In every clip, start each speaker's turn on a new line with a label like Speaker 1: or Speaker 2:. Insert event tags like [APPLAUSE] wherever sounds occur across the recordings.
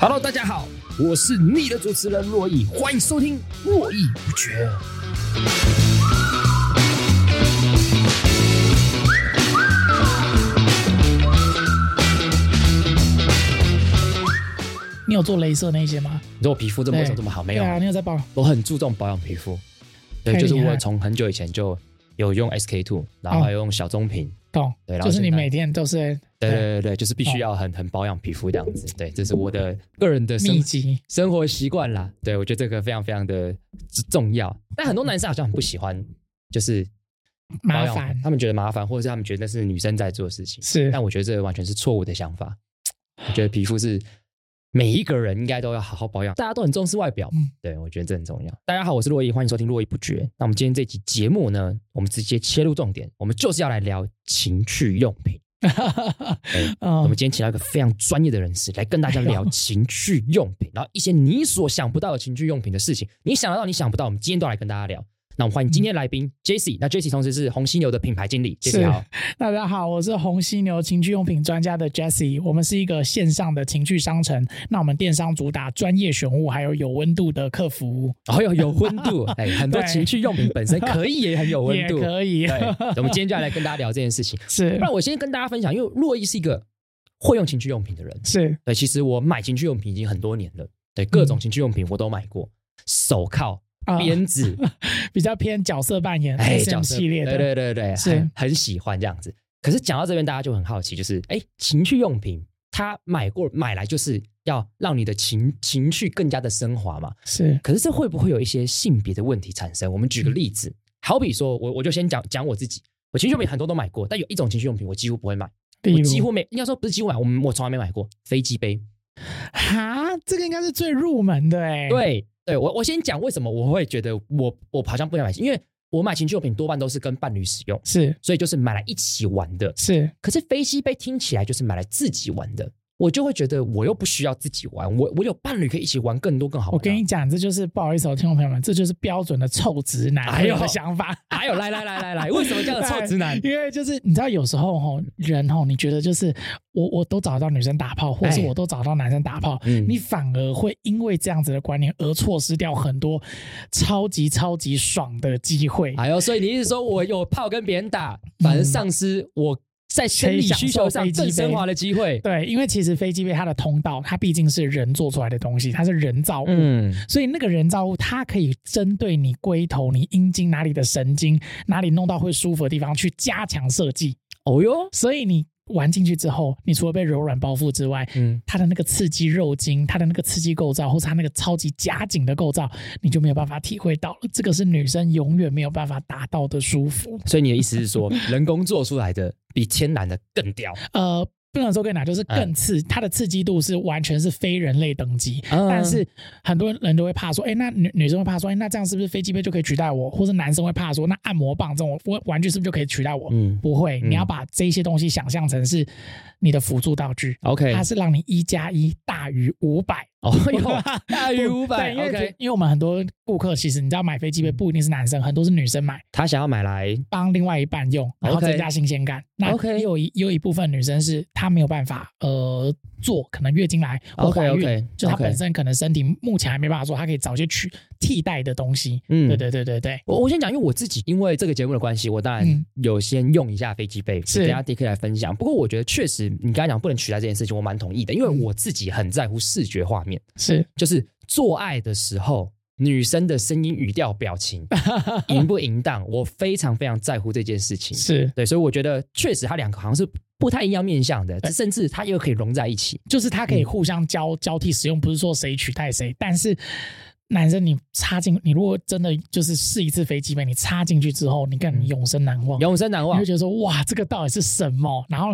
Speaker 1: Hello，大家好，我是你的主持人洛毅，欢迎收听《络绎不绝》。
Speaker 2: 你有做镭射那些吗？
Speaker 1: 你说我皮肤这么为什么这么好？没有
Speaker 2: 对，啊，你有在保？
Speaker 1: 我很注重保养皮肤。对，
Speaker 2: 太
Speaker 1: 就是
Speaker 2: 厉害哦
Speaker 1: 我从很久以前就有用 SK two，然后还有用小棕瓶。
Speaker 2: 懂
Speaker 1: 对，然后
Speaker 2: 就是你
Speaker 1: 现在
Speaker 2: 每天都是
Speaker 1: 对对对对，就是必须要很很保养皮肤这样子。对，这是我的个人的生
Speaker 2: 密集，
Speaker 1: 生活习惯啦。对，我觉得这个非常非常的重要。但很多男生好像很不喜欢，就是
Speaker 2: 麻
Speaker 1: 保
Speaker 2: 烦
Speaker 1: 养他们觉得麻烦，或者是他们觉得那是女生在做的事情。
Speaker 2: 是
Speaker 1: 但我觉得这完全是错误的想法。我觉得皮肤是每一个人应该都要好好保养，大家都很重视外表，
Speaker 2: 嗯
Speaker 1: 对我觉得这很重要。大家好，我是洛伊，欢迎收听《络绎不绝》。那我们今天这集节目呢，我们直接切入重点，我们就是要来聊情趣用品。我
Speaker 2: 嗯
Speaker 1: 们，今天请到一个非常专业的人士来跟大家
Speaker 2: 哎
Speaker 1: 聊情趣用品，然后一些你所想不到的情趣用品的事情，你想得到你想不到，我们今天都来跟大家聊。那我们欢迎今天的来宾 Jesse，那 Jesse 同时是红犀牛的品牌经理
Speaker 2: 是
Speaker 1: ，Jesse 好。
Speaker 2: 大家好，我是红犀牛情趣用品专家的 Jesse，我们是一个线上的情趣商城，那我们电商主打专业选物，还有有温度的客服，
Speaker 1: 哦哟，有温
Speaker 2: [LAUGHS]
Speaker 1: 度，哎，很多
Speaker 2: 对
Speaker 1: 情趣用品本身可以也很有温
Speaker 2: 也
Speaker 1: 度。
Speaker 2: 可以
Speaker 1: 对，，我们今天就要来跟大家聊这件事情。
Speaker 2: [LAUGHS] 是
Speaker 1: 不然我先跟大家分享，因为洛伊是一个会用情趣用品的人。
Speaker 2: 是
Speaker 1: 对，其实我买情趣用品已经很多年了，对，各种情趣用品我都买过，手铐、
Speaker 2: 啊，
Speaker 1: 鞭
Speaker 2: [LAUGHS]
Speaker 1: 子，
Speaker 2: 比较偏角色扮演
Speaker 1: 哎，
Speaker 2: SM
Speaker 1: 讲色
Speaker 2: 系列的，
Speaker 1: 对对对对，
Speaker 2: 是
Speaker 1: 很很喜欢这样子。可是讲到这边，大家就很好奇，就是哎，情趣用品它买过买来就是要让你的情情趣更加的升华嘛？
Speaker 2: 是
Speaker 1: 可是这会不会有一些性别的问题产生？我们举个例子，好比说我我就先讲讲我自己，我情趣用品很多都买过，但有一种情趣用品我几乎不会买，
Speaker 2: 例
Speaker 1: 我
Speaker 2: 嗯如
Speaker 1: 几乎没应该说不是几乎买，我我从来没买过飞机杯。
Speaker 2: 哈，这个应该是最入门的哎，，
Speaker 1: 对对，我我先讲为什么我会觉得我我好像不想买，因为我买情趣用品多半都是跟伴侣使用，
Speaker 2: 是
Speaker 1: 所以就是买来一起玩的。
Speaker 2: 是
Speaker 1: 可是飞机杯听起来就是买来自己玩的。我就会觉得我又不需要自己玩，我我有伴侣可以一起玩更多更好玩、
Speaker 2: 我跟你，讲，这就是不好意思哦，听众朋友们，这就是标准的臭直男
Speaker 1: 哎
Speaker 2: 会
Speaker 1: 呦
Speaker 2: 有的想法。？
Speaker 1: 还有来来来来来，为什么叫做 [LAUGHS] 臭直男
Speaker 2: 因为就是你知道，有时候吼人吼，你觉得就是我我都找到女生打炮，或是
Speaker 1: 哎
Speaker 2: 我都找到男生打炮，
Speaker 1: 嗯
Speaker 2: 你反而会因为这样子的观念而错失掉很多超级超级爽的机会。
Speaker 1: 哎呦，所以你是说我有炮跟别人打，反
Speaker 2: 嗯
Speaker 1: 而丧失我在生理需求上更升华的机会？
Speaker 2: 对，因为其实飞机杯它的通道，它毕竟是人做出来的东西，它是人造物，
Speaker 1: 嗯，
Speaker 2: 所以那个人造物，它可以针对你龟头、你阴茎哪里的神经、哪里弄到会舒服的地方去加强设计。
Speaker 1: 哦哟，
Speaker 2: 所以你玩进去之后，你除了被柔软包覆之外，
Speaker 1: 嗯，
Speaker 2: 它的那个刺激肉筋，它的那个刺激构造，或是它那个超级夹紧的构造，你就没有办法体会到了。这个是女生永远没有办法达到的舒服。
Speaker 1: 所以你的意思是
Speaker 2: [LAUGHS]
Speaker 1: 说，人工做出来的比天然的更屌？
Speaker 2: 呃，不能说更难，就是更刺，它的刺激度是完全是非人类等级。
Speaker 1: 嗯
Speaker 2: 但是很多人都会怕说，哎、那女女生会怕说，哎、那这样是不是飞机杯就可以取代我？或是男生会怕说，那按摩棒这种玩玩具是不是就可以取代我？
Speaker 1: 嗯
Speaker 2: 不会，
Speaker 1: 嗯
Speaker 2: 你要把这些东西想象成是你的辅助道具。
Speaker 1: ，OK，
Speaker 2: 它是让你一加一大于五百。
Speaker 1: 哦哟，大于五百
Speaker 2: 对因为
Speaker 1: ，OK，
Speaker 2: 因为我们很多顾客其实你知道买飞机杯不一定是男生，很多是女生买，
Speaker 1: 他想要买来，
Speaker 2: 帮另外一半用，然后
Speaker 1: OK
Speaker 2: 增加新鲜感。那
Speaker 1: OK
Speaker 2: 也有一也有一部分女生是她没有办法呃做，可能月经来或
Speaker 1: OK，
Speaker 2: 怀孕
Speaker 1: OK，
Speaker 2: 就她
Speaker 1: OK
Speaker 2: 本身可能身体目前还没办法做，她可以找一些取替代的东西。
Speaker 1: 嗯
Speaker 2: 对对对对对，
Speaker 1: 我我先讲，因为我自己因为这个节目的关系，我当然
Speaker 2: 嗯
Speaker 1: 有先用一下飞机杯，
Speaker 2: 是
Speaker 1: 等一下 D K 来分享。不过我觉得确实，你刚才讲不能取代这件事情，我蛮同意的，
Speaker 2: 嗯
Speaker 1: 因为我自己很在乎视觉画面，
Speaker 2: 是
Speaker 1: 就是做爱的时候女生的声音、语调、表
Speaker 2: [LAUGHS]
Speaker 1: 情淫不淫荡，我非常非常在乎这件事情。
Speaker 2: 是，
Speaker 1: 对，所以我觉得确实它两个好像是不太一样面向
Speaker 2: 哎
Speaker 1: 的，甚至它又可以融在一起。
Speaker 2: 就是它可
Speaker 1: 嗯
Speaker 2: 以互相交、交替使用，不是说谁取代谁，但是。男生，你插进你如果真的就是试一次飞机杯，你插进去之后，你看你永生难忘。
Speaker 1: 嗯永生难
Speaker 2: 哦你
Speaker 1: 忘
Speaker 2: 会，觉得说哇，这个到底是什么？然后，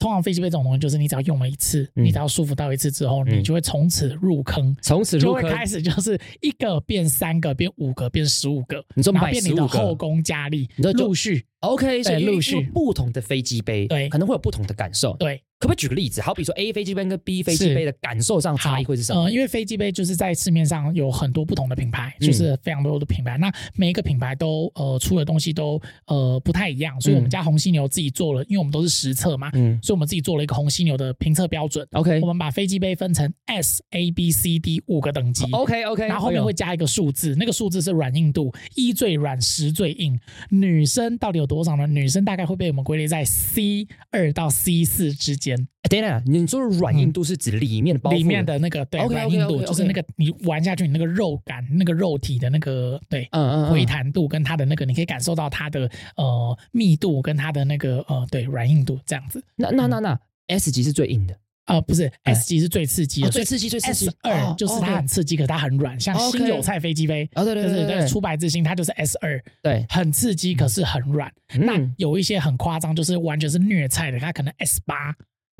Speaker 2: 通常飞机杯这种东西，就是你只要用了一次，
Speaker 1: 嗯
Speaker 2: 你只要舒服到一次之后，
Speaker 1: 嗯
Speaker 2: 你就会从此入坑，
Speaker 1: 从此
Speaker 2: 就
Speaker 1: 入
Speaker 2: 会
Speaker 1: 坑。
Speaker 2: 开始就是一个变三个，变五个，变十五个，
Speaker 1: 你说
Speaker 2: 然后
Speaker 1: 买
Speaker 2: 变你
Speaker 1: 15
Speaker 2: 的
Speaker 1: 个
Speaker 2: 后宫佳丽
Speaker 1: 你说，就
Speaker 2: 陆续
Speaker 1: OK，所以
Speaker 2: 对
Speaker 1: 因为
Speaker 2: 陆续
Speaker 1: 因为不同的飞机杯，
Speaker 2: 对
Speaker 1: 可能会有不同的感受。
Speaker 2: 对。
Speaker 1: 可不可以举个例子？好比说 A 飞机杯跟 B 飞机
Speaker 2: 是
Speaker 1: 杯的感受上差异会是什么
Speaker 2: 呃，？因为飞机杯就是在市面上有很多不同的品牌，
Speaker 1: 嗯
Speaker 2: 就是非常多的品牌。那每一个品牌都呃出的东西都呃不太一样，所以我们家红犀牛自己做了，因为我们都是实测嘛，
Speaker 1: 嗯，
Speaker 2: 所以我们自己做了一个红犀牛的评测标准。
Speaker 1: OK
Speaker 2: 我们把飞机杯分成 S、A、B、C、D 五个等级。
Speaker 1: OK OK，
Speaker 2: 然后后面会加一个数字，那个数字是软硬度，一最软，十最硬。女生到底有多少呢？女生大概会被我们归类在 C 二到 C 四之间，
Speaker 1: 等等，你说软硬度是指里面的包覆
Speaker 2: 嗯里面的那个对
Speaker 1: OK，OK，OK，
Speaker 2: 软硬度
Speaker 1: OK
Speaker 2: 就是那个你玩下去，你那个肉感、那个肉体的那个对
Speaker 1: 嗯嗯嗯
Speaker 2: 回弹度跟它的那个，你可以感受到它的呃密度跟它的那个呃对软硬度这样子。
Speaker 1: 那那那那 S 级是最硬的，
Speaker 2: 呃，不是
Speaker 1: 哎
Speaker 2: S 级是最刺激的，
Speaker 1: 哦最刺激最刺激
Speaker 2: S 二
Speaker 1: 哦
Speaker 2: 就是它
Speaker 1: OK
Speaker 2: 很刺激，可是它很软，像
Speaker 1: OK
Speaker 2: 新有菜飞机杯。
Speaker 1: 哦对
Speaker 2: 就
Speaker 1: 对
Speaker 2: 是
Speaker 1: 对
Speaker 2: 那个
Speaker 1: 对
Speaker 2: 出白之星，它就是 S 二，
Speaker 1: 对，
Speaker 2: 很刺激，可是很软。那
Speaker 1: 嗯
Speaker 2: 有一些很夸张，就是完全是虐菜的，它可能 S 八，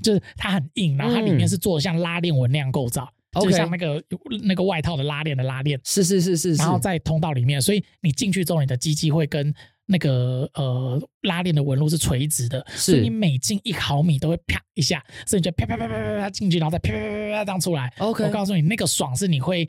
Speaker 2: 就是它很硬，然后它里面
Speaker 1: 嗯
Speaker 2: 是做像拉链纹那样构造，就
Speaker 1: OK
Speaker 2: 像那个那个外套的拉链的拉链，
Speaker 1: 是是是是是
Speaker 2: 然，后在通道里面，所以你进去之后，你的机器会跟那个呃拉链的纹路是垂直的，所以
Speaker 1: 是
Speaker 2: 你每进一毫米都会啪一下，所以你就啪啪啪啪啪啪进去，然后再啪啪啪啪啪这样出来。
Speaker 1: OK
Speaker 2: 我告诉你，那个爽是你会，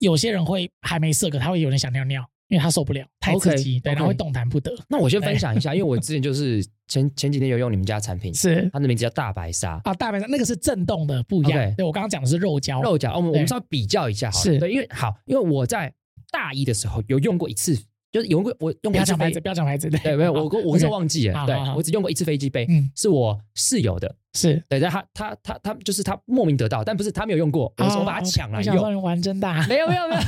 Speaker 2: 有些人会还没射，可他会有点想尿尿，因为他受不了太刺
Speaker 1: OK，
Speaker 2: 激对，
Speaker 1: OK
Speaker 2: 然后会动弹不得。
Speaker 1: 那我先
Speaker 2: 哎
Speaker 1: 分享一下，因为我之前就是前前几天有用你们家产品，
Speaker 2: 是
Speaker 1: 它的名字叫大白鲨
Speaker 2: 啊，大白鲨那个是震动的，不一样。
Speaker 1: OK
Speaker 2: 对我刚刚讲的是肉胶，
Speaker 1: 肉脚，哦我们
Speaker 2: 对
Speaker 1: 我们稍微比较一下好了，
Speaker 2: 是
Speaker 1: 对，因为好，因为我在大一的时候有用过一次，就是有用过我用
Speaker 2: 不
Speaker 1: 过
Speaker 2: 要
Speaker 1: 一次
Speaker 2: 讲牌
Speaker 1: 飞
Speaker 2: 子，，不要讲牌子。
Speaker 1: 对，没有我
Speaker 2: 好
Speaker 1: 我我是
Speaker 2: OK
Speaker 1: 忘记
Speaker 2: 好
Speaker 1: 了，对
Speaker 2: 好好
Speaker 1: 我只用过一次飞机杯，
Speaker 2: 嗯，
Speaker 1: 是我室友的，
Speaker 2: 是。
Speaker 1: 对，但他他他他就是他莫名得到，但不是他没有用过，我是我把它抢
Speaker 2: 啊
Speaker 1: 来
Speaker 2: 我想说
Speaker 1: 用，
Speaker 2: 你玩真大。
Speaker 1: 没有没有没有，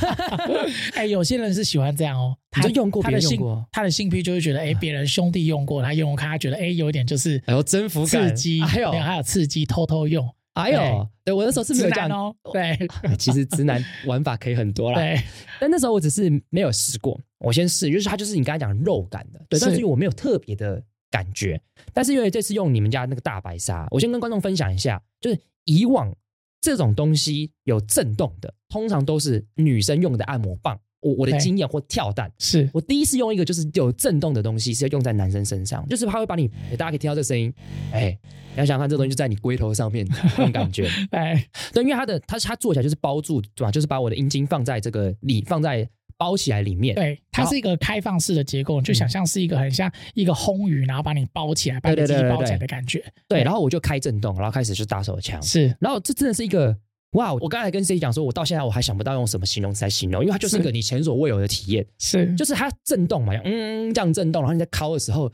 Speaker 2: 哎，有些人是喜欢这样哦，他
Speaker 1: 你就用过
Speaker 2: 他的
Speaker 1: 别人用
Speaker 2: 性
Speaker 1: 过
Speaker 2: 他的性癖就会觉得，哎，别人兄弟用过，他用用看，他觉得，哎，有一点就是
Speaker 1: 然后征服
Speaker 2: 刺
Speaker 1: 感，哎
Speaker 2: 激，
Speaker 1: 还有
Speaker 2: 对还有刺激，偷偷用，
Speaker 1: 还有，对我那时候是没
Speaker 2: 直
Speaker 1: 有这样哎
Speaker 2: 男。哦，对
Speaker 1: 其实直男玩法可以很多啦，
Speaker 2: 对，
Speaker 1: 但那时候我只是没有试过，我先试，就是它就是你刚才讲肉感的，对，
Speaker 2: 是
Speaker 1: 但是因为我没有特别的感觉，但是因为这次用你们家那个大白鲨，我先跟观众分享一下，就是以往这种东西有震动的，通常都是女生用的按摩棒，我我的
Speaker 2: 对
Speaker 1: 经验或跳蛋。
Speaker 2: 是
Speaker 1: 我第一次用一个就是有震动的东西，是用在男生身上，就是它会把你，大家可以听到这个声音，哎，你要想想看，这东西就在你龟头上面那种感 [LAUGHS] 觉，
Speaker 2: 哎，
Speaker 1: 对，因为它的它它做起来就是包住，对吧？就是把我的阴茎放在这个里，放在包起来里面。
Speaker 2: 对，它是一个开放式的结构，你就
Speaker 1: 嗯
Speaker 2: 想象是一个很像一个烘鱼，然后把你包起来，把你
Speaker 1: 对
Speaker 2: 自
Speaker 1: 对
Speaker 2: 己
Speaker 1: 对
Speaker 2: 包起来
Speaker 1: 对
Speaker 2: 的感觉，
Speaker 1: 对然后我就开震动，然后开始就打手枪。
Speaker 2: 是
Speaker 1: 然后这真的是一个哇！我刚才跟 C 讲说，我到现在我还想不到用什么形容词来形容，因为它就是一个你前所未有的体验，
Speaker 2: 是，
Speaker 1: 就是它震动嘛，嗯，这样震动，然后你在敲的时候，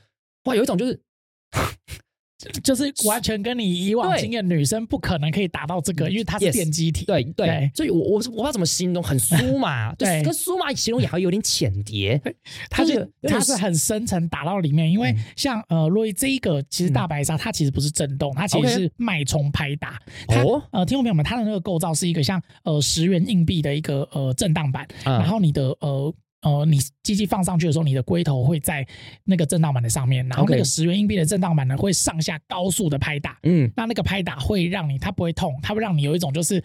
Speaker 1: 哇，有一种就是
Speaker 2: 就是完全跟你以往
Speaker 1: 对嗯
Speaker 2: 经验，女生不可能可以达到这个，因为它是
Speaker 1: Yes
Speaker 2: 电机体。
Speaker 1: 对对，
Speaker 2: 对
Speaker 1: 所以我我是我不知道怎么形容，很酥
Speaker 2: [LAUGHS]
Speaker 1: 嘛，
Speaker 2: 对
Speaker 1: 就是跟酥嘛形容也还有点浅碟，
Speaker 2: [LAUGHS] 它
Speaker 1: 就是是有点
Speaker 2: 它是很深层打到里面，因
Speaker 1: 嗯
Speaker 2: 为像呃洛伊这一个，其实大白鲨它其实不是震动，它其实
Speaker 1: OK
Speaker 2: 是脉冲拍打。它
Speaker 1: 哦
Speaker 2: 呃，听众朋友们，它的那个构造是一个像呃十元硬币的一个呃震荡板，
Speaker 1: 嗯
Speaker 2: 然后你的呃。呃，你机器放上去的时候，你的龟头会在那个震荡板的上面，然后
Speaker 1: OK
Speaker 2: 那个十元硬币的震荡板呢会上下高速的拍打，
Speaker 1: 嗯，
Speaker 2: 那那个拍打会让你，它不会痛，它会让你有一种就是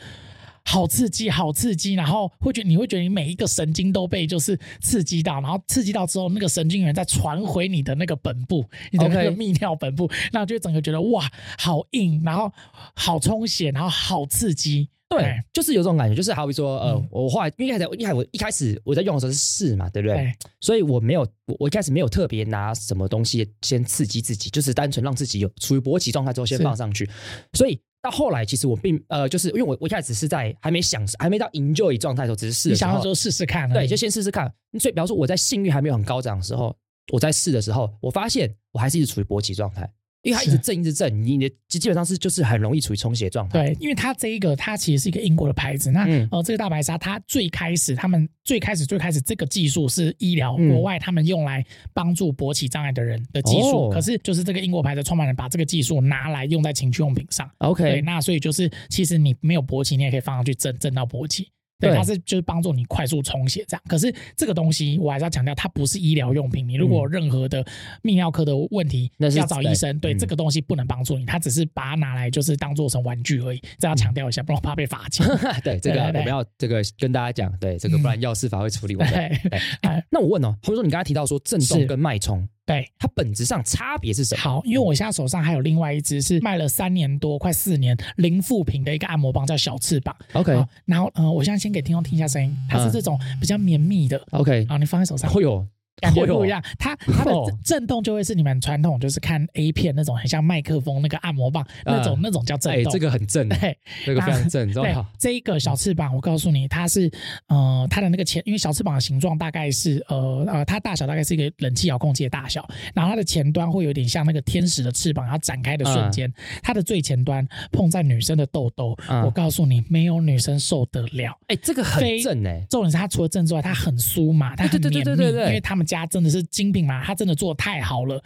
Speaker 2: 好刺激，好刺激，然后会觉得你会觉得你每一个神经都被就是刺激到，然后刺激到之后，那个神经元再传回你的那个本部，你的那个
Speaker 1: OK
Speaker 2: 泌尿本部，那就整个觉得哇，好硬，然后好充血，然后好刺激，
Speaker 1: 对，就是有这种感觉，就是好比说，呃，
Speaker 2: 嗯
Speaker 1: 我后来因为一开始一开始我一开始我在用的时候是试嘛，对不对？
Speaker 2: 对
Speaker 1: 所以我没有我我一开始没有特别拿什么东西先刺激自己，就是单纯让自己有处于勃起状态之后先
Speaker 2: 是
Speaker 1: 放上去。所以到后来其实我并呃，就是因为我我一开始是在还没享还没到 enjoy 状态的时候，只是试
Speaker 2: 你
Speaker 1: 的时
Speaker 2: 想要
Speaker 1: 候，
Speaker 2: 就试试看而
Speaker 1: 对，
Speaker 2: 已，
Speaker 1: 就先试试看。所以比方说我在性欲还没有很高涨的时候，我在试的时候，我发现我还是一直处于勃起状态。因为它一直
Speaker 2: 是
Speaker 1: 震一直震，你的基基本上是就是很容易处于充血状态。
Speaker 2: 对，因为它这一个它其实是一个英国的牌子，那、
Speaker 1: 嗯
Speaker 2: 呃这个大白鲨它最开始他们最开始最开始这个技术是医疗、
Speaker 1: 嗯
Speaker 2: 国外他们用来帮助勃起障碍的人的技术，
Speaker 1: 哦
Speaker 2: 可是就是这个英国牌的创办人把这个技术拿来用在情趣用品上，对，
Speaker 1: ，OK，
Speaker 2: 那所以就是其实你没有勃起，你也可以放上去震震到勃起。对，
Speaker 1: 对
Speaker 2: 它是就是帮助你快速充血这样。可是这个东西我还是要强调，它不是医疗用品。你如果有任何的泌尿科的问题，
Speaker 1: 嗯那是
Speaker 2: 要找医生。对，
Speaker 1: 对嗯
Speaker 2: 这个东西不能帮助你，它只是把它拿来就是当做成玩具而已。这要
Speaker 1: 嗯
Speaker 2: 强调一下，不然我怕被罚
Speaker 1: [LAUGHS]
Speaker 2: 钱。
Speaker 1: [LAUGHS] 对，这
Speaker 2: 对
Speaker 1: 个
Speaker 2: 对
Speaker 1: 我
Speaker 2: 对嗯
Speaker 1: 们要这个跟大家讲，对这个不然药师法会处理我们。
Speaker 2: 对 [LAUGHS]
Speaker 1: 对
Speaker 2: 哎
Speaker 1: 那我问哦，他们说你刚才提到说震
Speaker 2: 是
Speaker 1: 动跟脉冲，
Speaker 2: 对，
Speaker 1: 它本质上差别是什么？
Speaker 2: 好，因为我现在手上还有另外一只是卖了三年多，快四年零负评的一个按摩棒，叫小翅膀。
Speaker 1: ，OK
Speaker 2: 好，然后呃，我现在先给听众听一下声音，它是
Speaker 1: 嗯
Speaker 2: 这种比较绵密的。
Speaker 1: OK，
Speaker 2: 好，你放在手上。
Speaker 1: 会有
Speaker 2: 感觉
Speaker 1: 哦哟
Speaker 2: 不一样。它它的
Speaker 1: 哦
Speaker 2: 震动就会是你们传统就是看 A 片那种很像麦克风那个按摩棒那种
Speaker 1: 嗯
Speaker 2: 那种叫震
Speaker 1: 哎，
Speaker 2: 动。
Speaker 1: 这个很正，
Speaker 2: [LAUGHS] 对
Speaker 1: 这个非常正，你知道
Speaker 2: 对
Speaker 1: 吗？，
Speaker 2: 这一个小翅膀，我告诉你，它是呃它的那个前，因为小翅膀的形状大概是呃呃它大小大概是一个冷气遥控器的大小，然后它的前端会有点像那个天使的翅膀，它展开的瞬间，它的最前端碰在女生的痘痘，
Speaker 1: 嗯
Speaker 2: 我告诉你，没有女生受得了。
Speaker 1: 哎，这个很正哎，
Speaker 2: 重点是它除了正之外，它很酥嘛，它很
Speaker 1: 对
Speaker 2: 绵
Speaker 1: 对对
Speaker 2: 密，
Speaker 1: 对对对对
Speaker 2: 因为他们家真的是精品嘛，它真的做的太好了。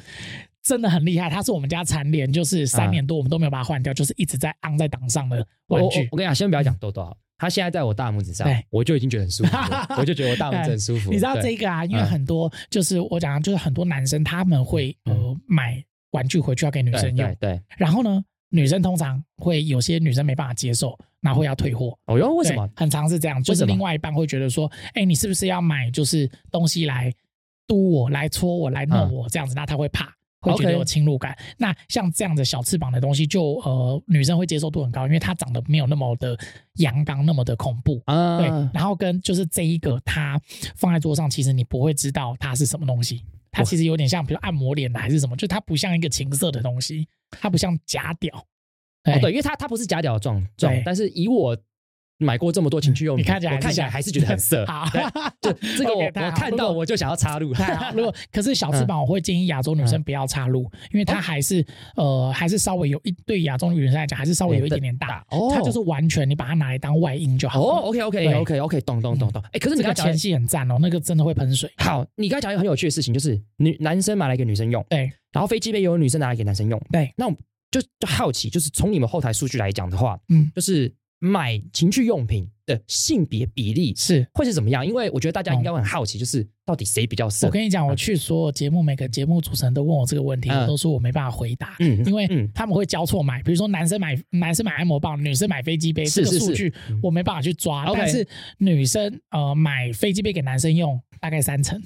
Speaker 2: 真的很厉害，它是我们家蝉联，就是三
Speaker 1: 嗯
Speaker 2: 年多我们都没有把它换掉，就是一直在昂在档上的
Speaker 1: 我
Speaker 2: 玩
Speaker 1: 我
Speaker 2: 具
Speaker 1: 我。跟你讲，先不要讲痘痘好，它现在在我大拇指上
Speaker 2: 对，
Speaker 1: 我就已经觉得很舒服
Speaker 2: [LAUGHS]
Speaker 1: 了，我就觉得我大拇指很舒服。
Speaker 2: 你知道
Speaker 1: 对
Speaker 2: 这个啊？因为
Speaker 1: 嗯
Speaker 2: 很多就是我讲，就是很多男生他们会呃买玩具回去要给女
Speaker 1: 对
Speaker 2: 生用
Speaker 1: 对，对，
Speaker 2: 然后呢，女生通常会有些女生没办法接受，然后会要退货。
Speaker 1: 哦哟，为什么
Speaker 2: 对？很常是这样，就
Speaker 1: 为
Speaker 2: 是
Speaker 1: 什么
Speaker 2: 另外一半会觉得说，哎，你是不是要买就是东西来嘟我、来戳我、来弄
Speaker 1: 嗯
Speaker 2: 我这样子？那他会怕。会觉得
Speaker 1: OK
Speaker 2: 有侵入感。那像这样的小翅膀的东西就，呃女生会接受度很高，因为它长得没有那么的阳刚，那么的恐怖。对
Speaker 1: 啊，，
Speaker 2: 然后跟就是这一个，它放在桌上，其实你不会知道它是什么东西。它
Speaker 1: 哇
Speaker 2: 其实有点像，比如按摩脸的还是什么，就它不像一个情色的东西，它不像假屌。
Speaker 1: 哦对，因为它它不是假屌的状
Speaker 2: 哎对
Speaker 1: 状，但是以我买过这么多情趣用
Speaker 2: 你
Speaker 1: 品，
Speaker 2: 看起来
Speaker 1: 我看起来还是觉得很色。
Speaker 2: [LAUGHS] 好，
Speaker 1: 对就这个我
Speaker 2: [LAUGHS] OK，太好
Speaker 1: 我看
Speaker 2: 如果
Speaker 1: 到我就想要插入。[LAUGHS]
Speaker 2: 太 [LAUGHS] 好。如果可是小翅膀，我会建议亚洲女
Speaker 1: 嗯
Speaker 2: 生不要插入，因为
Speaker 1: 哦
Speaker 2: 它还是呃还是稍微有一对亚洲女生来讲，还是稍微有一点点大。
Speaker 1: 哦
Speaker 2: 它就是完全你把它拿来当外阴就好了。
Speaker 1: 哦，OK OK
Speaker 2: 对嗯
Speaker 1: OK OK，懂懂懂懂。哎，可是你
Speaker 2: 这
Speaker 1: 刚才
Speaker 2: 个
Speaker 1: 讲
Speaker 2: 前
Speaker 1: 的
Speaker 2: 戏很赞哦，那个真的会喷水。
Speaker 1: 好，你刚才讲一个很有趣的事情，就是女男生买来给女生用，
Speaker 2: 对
Speaker 1: 然后飞机杯也有女生拿来给男生用。
Speaker 2: 对，
Speaker 1: 那我就就好奇，就是从你们后台数据来讲的话，
Speaker 2: 嗯，
Speaker 1: 就是买情趣用品的性别比例
Speaker 2: 是。
Speaker 1: 会是怎么样？因为我觉得大
Speaker 2: 哦
Speaker 1: 家应该会很好奇，就是到底谁比较色
Speaker 2: 我？跟你讲，我去所有节目，每个节目主持人都问我这个问题，
Speaker 1: 嗯
Speaker 2: 我都说我没办法回答，
Speaker 1: 嗯
Speaker 2: 因为
Speaker 1: 嗯
Speaker 2: 他们会交错买，比如说男生买男生买按摩棒，女生买飞机杯，
Speaker 1: 是
Speaker 2: 这个
Speaker 1: 是
Speaker 2: 数
Speaker 1: 是
Speaker 2: 据
Speaker 1: 嗯
Speaker 2: 我没办法去抓，
Speaker 1: OK
Speaker 2: 但是女生呃买飞机杯给男生用大概三成，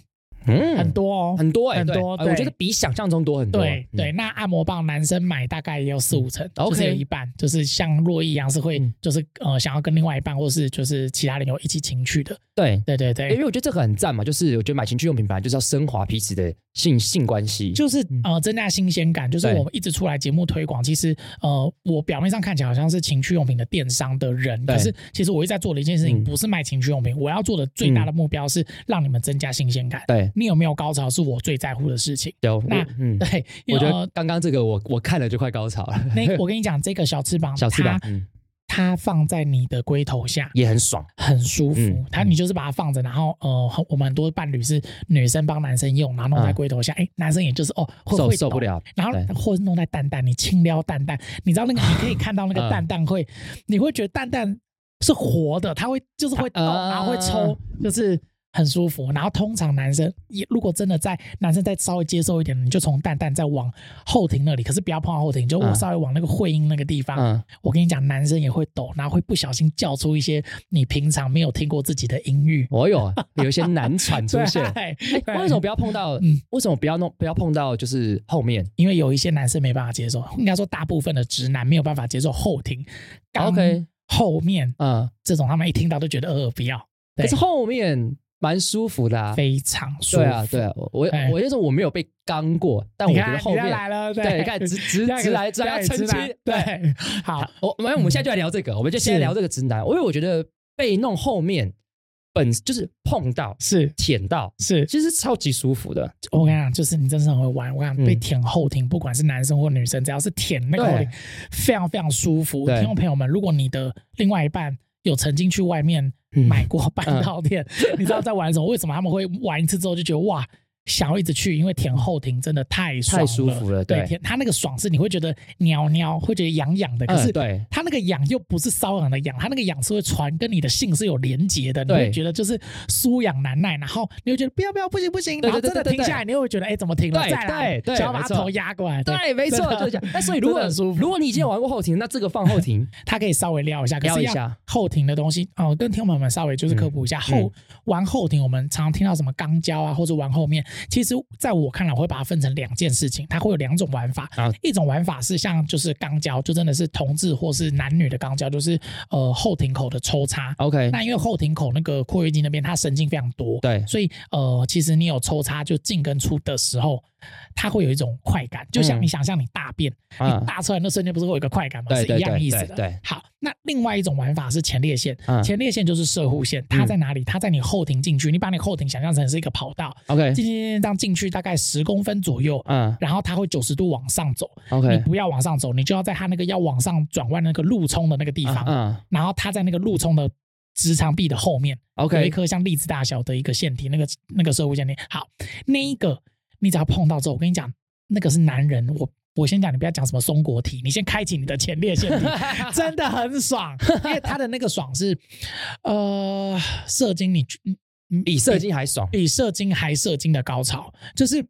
Speaker 1: 嗯
Speaker 2: 很多哦，
Speaker 1: 很多哎、
Speaker 2: 很
Speaker 1: 对
Speaker 2: 多
Speaker 1: 哎
Speaker 2: 对
Speaker 1: 我觉得比想象中多很多。
Speaker 2: 对对，那按摩棒男生买大概也有四五成，
Speaker 1: 嗯
Speaker 2: 就是有
Speaker 1: OK
Speaker 2: 一半，就是像洛伊一样是会
Speaker 1: 嗯
Speaker 2: 就是呃想要跟另外一半或是就是其他人有一起情趣的，
Speaker 1: 对
Speaker 2: 对对
Speaker 1: 因
Speaker 2: 对，
Speaker 1: 为我觉得这个很赞嘛，就是我觉得买情趣用品本来就是要升华彼此的性性关系，
Speaker 2: 就是
Speaker 1: 嗯
Speaker 2: 呃增加新鲜感，就是
Speaker 1: 对
Speaker 2: 我们一直出来节目推广，其实呃我表面上看起来好像是情趣用品的电商的人，
Speaker 1: 对
Speaker 2: 可是其实我一直在做的一件事情
Speaker 1: 嗯
Speaker 2: 不是卖情趣用品，我要做的最大的目标是让你们增加新鲜感。
Speaker 1: 对
Speaker 2: 你有没有高潮是我最在乎的事情。
Speaker 1: 有
Speaker 2: 那
Speaker 1: 我嗯，
Speaker 2: 对，因
Speaker 1: 我觉
Speaker 2: 为呃
Speaker 1: 得刚刚这个我我看了就快高潮了， [LAUGHS]
Speaker 2: 那我跟你讲，这个小翅膀，
Speaker 1: 小翅膀
Speaker 2: 它
Speaker 1: 嗯
Speaker 2: 它放在你的龟头下，
Speaker 1: 也很爽，
Speaker 2: 很舒服，
Speaker 1: 嗯
Speaker 2: 它
Speaker 1: 嗯
Speaker 2: 你就是把它放着，然后呃，很我们很多伴侣是女生帮男生用，然后弄在
Speaker 1: 嗯
Speaker 2: 龟头下，哎、男生也就是哦，会
Speaker 1: 受
Speaker 2: 会
Speaker 1: 受不
Speaker 2: 抖，
Speaker 1: 了，
Speaker 2: 然
Speaker 1: 对
Speaker 2: 后或是弄在蛋蛋，你轻撩蛋蛋，你知道那个你可以看到那个
Speaker 1: 嗯
Speaker 2: 蛋蛋会，你会觉得蛋蛋是活的，它会就是会动，
Speaker 1: 啊
Speaker 2: 然后会抽，就是。很舒服，然后通常男生也如果真的在男生再稍微接受一点，你就从蛋蛋再往后庭那里，可是不要碰到后庭，就我
Speaker 1: 嗯
Speaker 2: 稍微往那个会阴那个地方，
Speaker 1: 嗯
Speaker 2: 我跟你讲，男生也会抖，然后会不小心叫出一些你平常没有听过自己的音域
Speaker 1: 我有有一些难产出现。
Speaker 2: [LAUGHS] 对啊
Speaker 1: 哎，为什么不要碰到
Speaker 2: 嗯？
Speaker 1: 为什么不要弄？不要碰到就是后面
Speaker 2: 因为有一些男生没办法接受，应该说大部分的直男没有办法接受后庭、肛
Speaker 1: OK
Speaker 2: 后面
Speaker 1: 啊？
Speaker 2: 这种，他们一听到都觉得呃不要，对
Speaker 1: 可是后面蛮舒服的啊。
Speaker 2: 非常舒服。
Speaker 1: 对啊，对啊，我我
Speaker 2: 哎
Speaker 1: 我就说我没有被刚过，但我
Speaker 2: 你
Speaker 1: 觉
Speaker 2: 看，
Speaker 1: 得后
Speaker 2: 你看
Speaker 1: 面
Speaker 2: 来了，
Speaker 1: 对，你看
Speaker 2: [LAUGHS]
Speaker 1: 直直
Speaker 2: 看
Speaker 1: 直来直来要
Speaker 2: 直嗯
Speaker 1: 澄
Speaker 2: 男
Speaker 1: 清，对。
Speaker 2: 对， [LAUGHS] 好，
Speaker 1: 我没有，我们现在就来聊这个，我们就现在
Speaker 2: 是
Speaker 1: 聊这个直男，因为我觉得被弄后面本就是碰到、
Speaker 2: 是
Speaker 1: 舔到，
Speaker 2: 是，
Speaker 1: 其实超级舒服的。
Speaker 2: 我跟你讲，就是你真是很会玩。我跟你
Speaker 1: 嗯
Speaker 2: 讲，被舔后庭，不管是男生或女生，只要是舔那个后庭，非常非常舒服。
Speaker 1: 对
Speaker 2: 听众朋友们，如果你的另外一半有曾经去外面
Speaker 1: 嗯
Speaker 2: 买过半套店， [LAUGHS] 你知道在玩什么？为什么他们会玩一次之后就觉得哇，想要一直去？因为舔后庭真的太爽
Speaker 1: 太舒服了
Speaker 2: 对，
Speaker 1: 对
Speaker 2: 舔他那个爽是你会觉得尿尿，会觉得痒痒的，可是
Speaker 1: 嗯对
Speaker 2: 他那个痒又不是瘙痒的痒，他那个痒是会传跟你的性是有连结的，你会
Speaker 1: 对
Speaker 2: 觉得就是酥痒难耐，然后你会觉得不要不要不行不行，
Speaker 1: 对对
Speaker 2: 然后
Speaker 1: 对
Speaker 2: 真的
Speaker 1: 对对
Speaker 2: 停下来，你又会觉得哎怎么停了
Speaker 1: 对
Speaker 2: 再来，
Speaker 1: 对对
Speaker 2: 想要把
Speaker 1: 没
Speaker 2: 他
Speaker 1: 错
Speaker 2: 头压过来，
Speaker 1: 对，没错
Speaker 2: [LAUGHS] 真，的
Speaker 1: 就是这样。那所以如
Speaker 2: 真的
Speaker 1: 果
Speaker 2: 很舒服
Speaker 1: 如果你已经有玩过后庭，那这个放后庭
Speaker 2: 他可以稍微撩一下，可
Speaker 1: 撩
Speaker 2: 是
Speaker 1: 一
Speaker 2: 要
Speaker 1: 下，
Speaker 2: 后庭的东西哦，跟听众朋友们稍微就是科普一下，
Speaker 1: 嗯
Speaker 2: 后玩后庭，我们常常听到什么肛交啊，或者玩后面，其实在我看来，我会把它分成两件事情，它会有两种玩法。
Speaker 1: 啊
Speaker 2: 一种玩法是像就是肛交，就真的是同志或是男女的肛交，就是呃后庭口的抽插。
Speaker 1: ，OK，
Speaker 2: [LAUGHS] 那因为后庭口那个括约肌那边，它神经非常多，
Speaker 1: 对
Speaker 2: 所以呃，其实你有抽插就进跟出的时候，它会有一种快感，就像
Speaker 1: 嗯
Speaker 2: 你想象你大便，
Speaker 1: 啊
Speaker 2: 你，大出来那瞬间不是会有一个快感吗？
Speaker 1: 对
Speaker 2: 是
Speaker 1: 对
Speaker 2: 一样
Speaker 1: 对
Speaker 2: 意思
Speaker 1: 对
Speaker 2: 的。
Speaker 1: 对
Speaker 2: 好，那另外一种玩法是前列腺，
Speaker 1: 嗯
Speaker 2: 前列腺就是射护腺，它在哪里？它在你后庭进去，你把你后庭想象成是一个跑道，
Speaker 1: ，OK，
Speaker 2: 进进进这样进去大概十公分左右，
Speaker 1: 嗯
Speaker 2: 然后它会九十度往上走，你
Speaker 1: ，OK，
Speaker 2: 不要往上走，你就要在它那个要往上转弯那个路冲的那个地
Speaker 1: 嗯
Speaker 2: 方，
Speaker 1: 嗯
Speaker 2: 然后它在那个路冲的直肠壁的后面
Speaker 1: 啊 [LAUGHS]
Speaker 2: 有一
Speaker 1: ，OK，
Speaker 2: 颗像栗子大小的一个腺体，那个那个射护腺体。好，那一个你只要碰到之后，我跟你讲，那个是男人，我。我先讲，你不要讲什么松果体，你先开启你的前列腺
Speaker 1: [LAUGHS]
Speaker 2: 体，真的很爽，因为它的那个爽是，呃，射精你嗯
Speaker 1: 比射精还爽，
Speaker 2: 比射精还射精的高潮，就是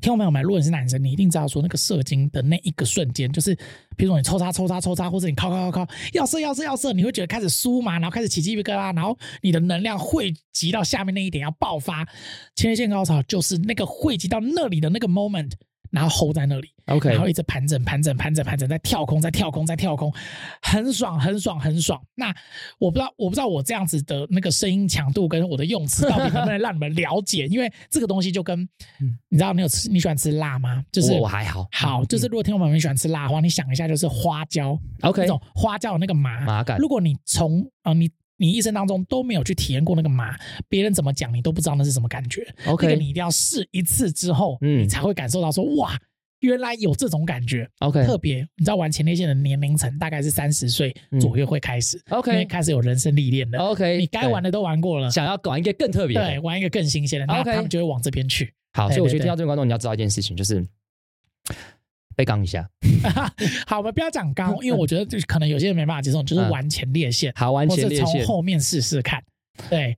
Speaker 2: 听众朋友们，如果你是男生，你一定知道说那个射精的那一个瞬间，就是比如说你抽插抽插抽插，或者你靠靠靠靠，要射要射要射，你会觉得开始酥麻，然后开始起鸡皮疙瘩，然后你的能量汇集到下面那一点要爆发，前列腺高潮就是那个汇集到那里的那个 moment，然后 hold 在那里。
Speaker 1: ，OK，
Speaker 2: 然后一直盘整、盘整、盘整、盘整，再跳空、再跳空、再跳空，很爽、很爽、很爽。那我不知道，我不知道我这样子的那个声音强度跟我的用词到底能不能让你们了解，因为这个东西就跟
Speaker 1: [LAUGHS] 嗯
Speaker 2: 你知道，你有吃你喜欢吃辣吗？就是
Speaker 1: 我我还好，嗯
Speaker 2: 好，就是如果听众朋友们喜欢吃辣的话，你想一下，就是花椒
Speaker 1: OK，
Speaker 2: 那种花椒的那个麻
Speaker 1: 麻感
Speaker 2: 如果你从呃你你一生当中都没有去体验过那个麻，别人怎么讲你都不知道那是什么感觉。这个
Speaker 1: ，OK
Speaker 2: 你一定要试一次之后，
Speaker 1: 嗯
Speaker 2: 你才会感受到说哇，原来有这种感觉。
Speaker 1: OK
Speaker 2: 特别，你知道玩前列腺的年龄层大概是三十岁左右会开始，因
Speaker 1: 嗯
Speaker 2: 为
Speaker 1: OK
Speaker 2: 开始有人生历练的，
Speaker 1: OK，
Speaker 2: 你该玩的都玩过了，
Speaker 1: 想要搞一个更特别的
Speaker 2: 对，，玩一个更新鲜的，那
Speaker 1: OK
Speaker 2: 他们就会往这边去。
Speaker 1: 好，
Speaker 2: 对
Speaker 1: 所以我觉得
Speaker 2: 对对
Speaker 1: 听到这边观众，你要知道一件事情，就是被刚一下，
Speaker 2: 好，我们不要讲刚，因为我觉得就是可能有些人没办法接受，就是
Speaker 1: 嗯
Speaker 2: 玩前列腺，
Speaker 1: 好玩
Speaker 2: 或
Speaker 1: 前
Speaker 2: 是
Speaker 1: 列
Speaker 2: 从
Speaker 1: 腺，
Speaker 2: 后面试试看，对。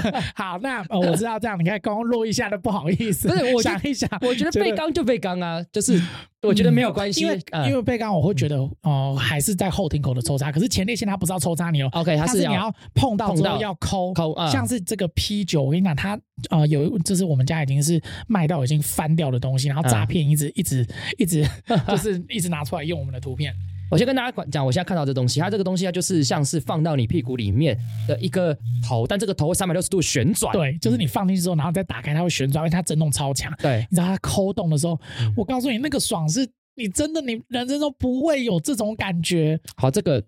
Speaker 2: [LAUGHS] 好，那、呃、我知道这样，你看刚刚落一下的不好意思，
Speaker 1: 不是我觉得
Speaker 2: 想一想，
Speaker 1: 我觉得被刚就被刚 [LAUGHS] 啊，就是我觉得没有关系，
Speaker 2: 因为、
Speaker 1: 嗯
Speaker 2: 因为被刚我会觉得哦、呃还是在后庭口的抽插，可是前列腺它不是要抽插你哦，
Speaker 1: OK，他
Speaker 2: 它
Speaker 1: 是
Speaker 2: 是你要碰到之
Speaker 1: 碰
Speaker 2: 后
Speaker 1: 到
Speaker 2: 要抠。
Speaker 1: 抠啊，
Speaker 2: 像是这个 P 酒，我跟你讲，它呃有，就是我们家已经是卖到已经翻掉的东西，然
Speaker 1: 嗯
Speaker 2: 后诈骗一直、一直一
Speaker 1: [LAUGHS]
Speaker 2: 直就是一直拿出来用我们的图片，
Speaker 1: 我先跟大家讲，我现在看到这东西，它这个东西它就是像是放到你屁股里面的一个头，但这个头会三百六十度旋转，
Speaker 2: 对，就是你放进去之后，然后再打开，它会旋转，因为它震动超强。
Speaker 1: 对
Speaker 2: 你知道它抠动的时候，
Speaker 1: 嗯
Speaker 2: 我告诉你，那个爽是你真的你人生中不会有这种感觉，
Speaker 1: 好，这个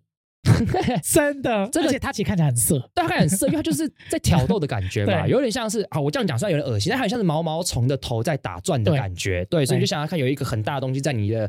Speaker 2: 真的。
Speaker 1: 这个
Speaker 2: 而且它其实看起来很色，
Speaker 1: 大概很色，因为它就是在挑逗的感觉 [LAUGHS] 嘛，
Speaker 2: 对
Speaker 1: 有点像是啊，我这样讲虽然有点恶心，但它很像是毛毛虫的头在打转的
Speaker 2: 对
Speaker 1: 感觉，对，所以
Speaker 2: 对
Speaker 1: 你就想要看有一个很大的东西在你的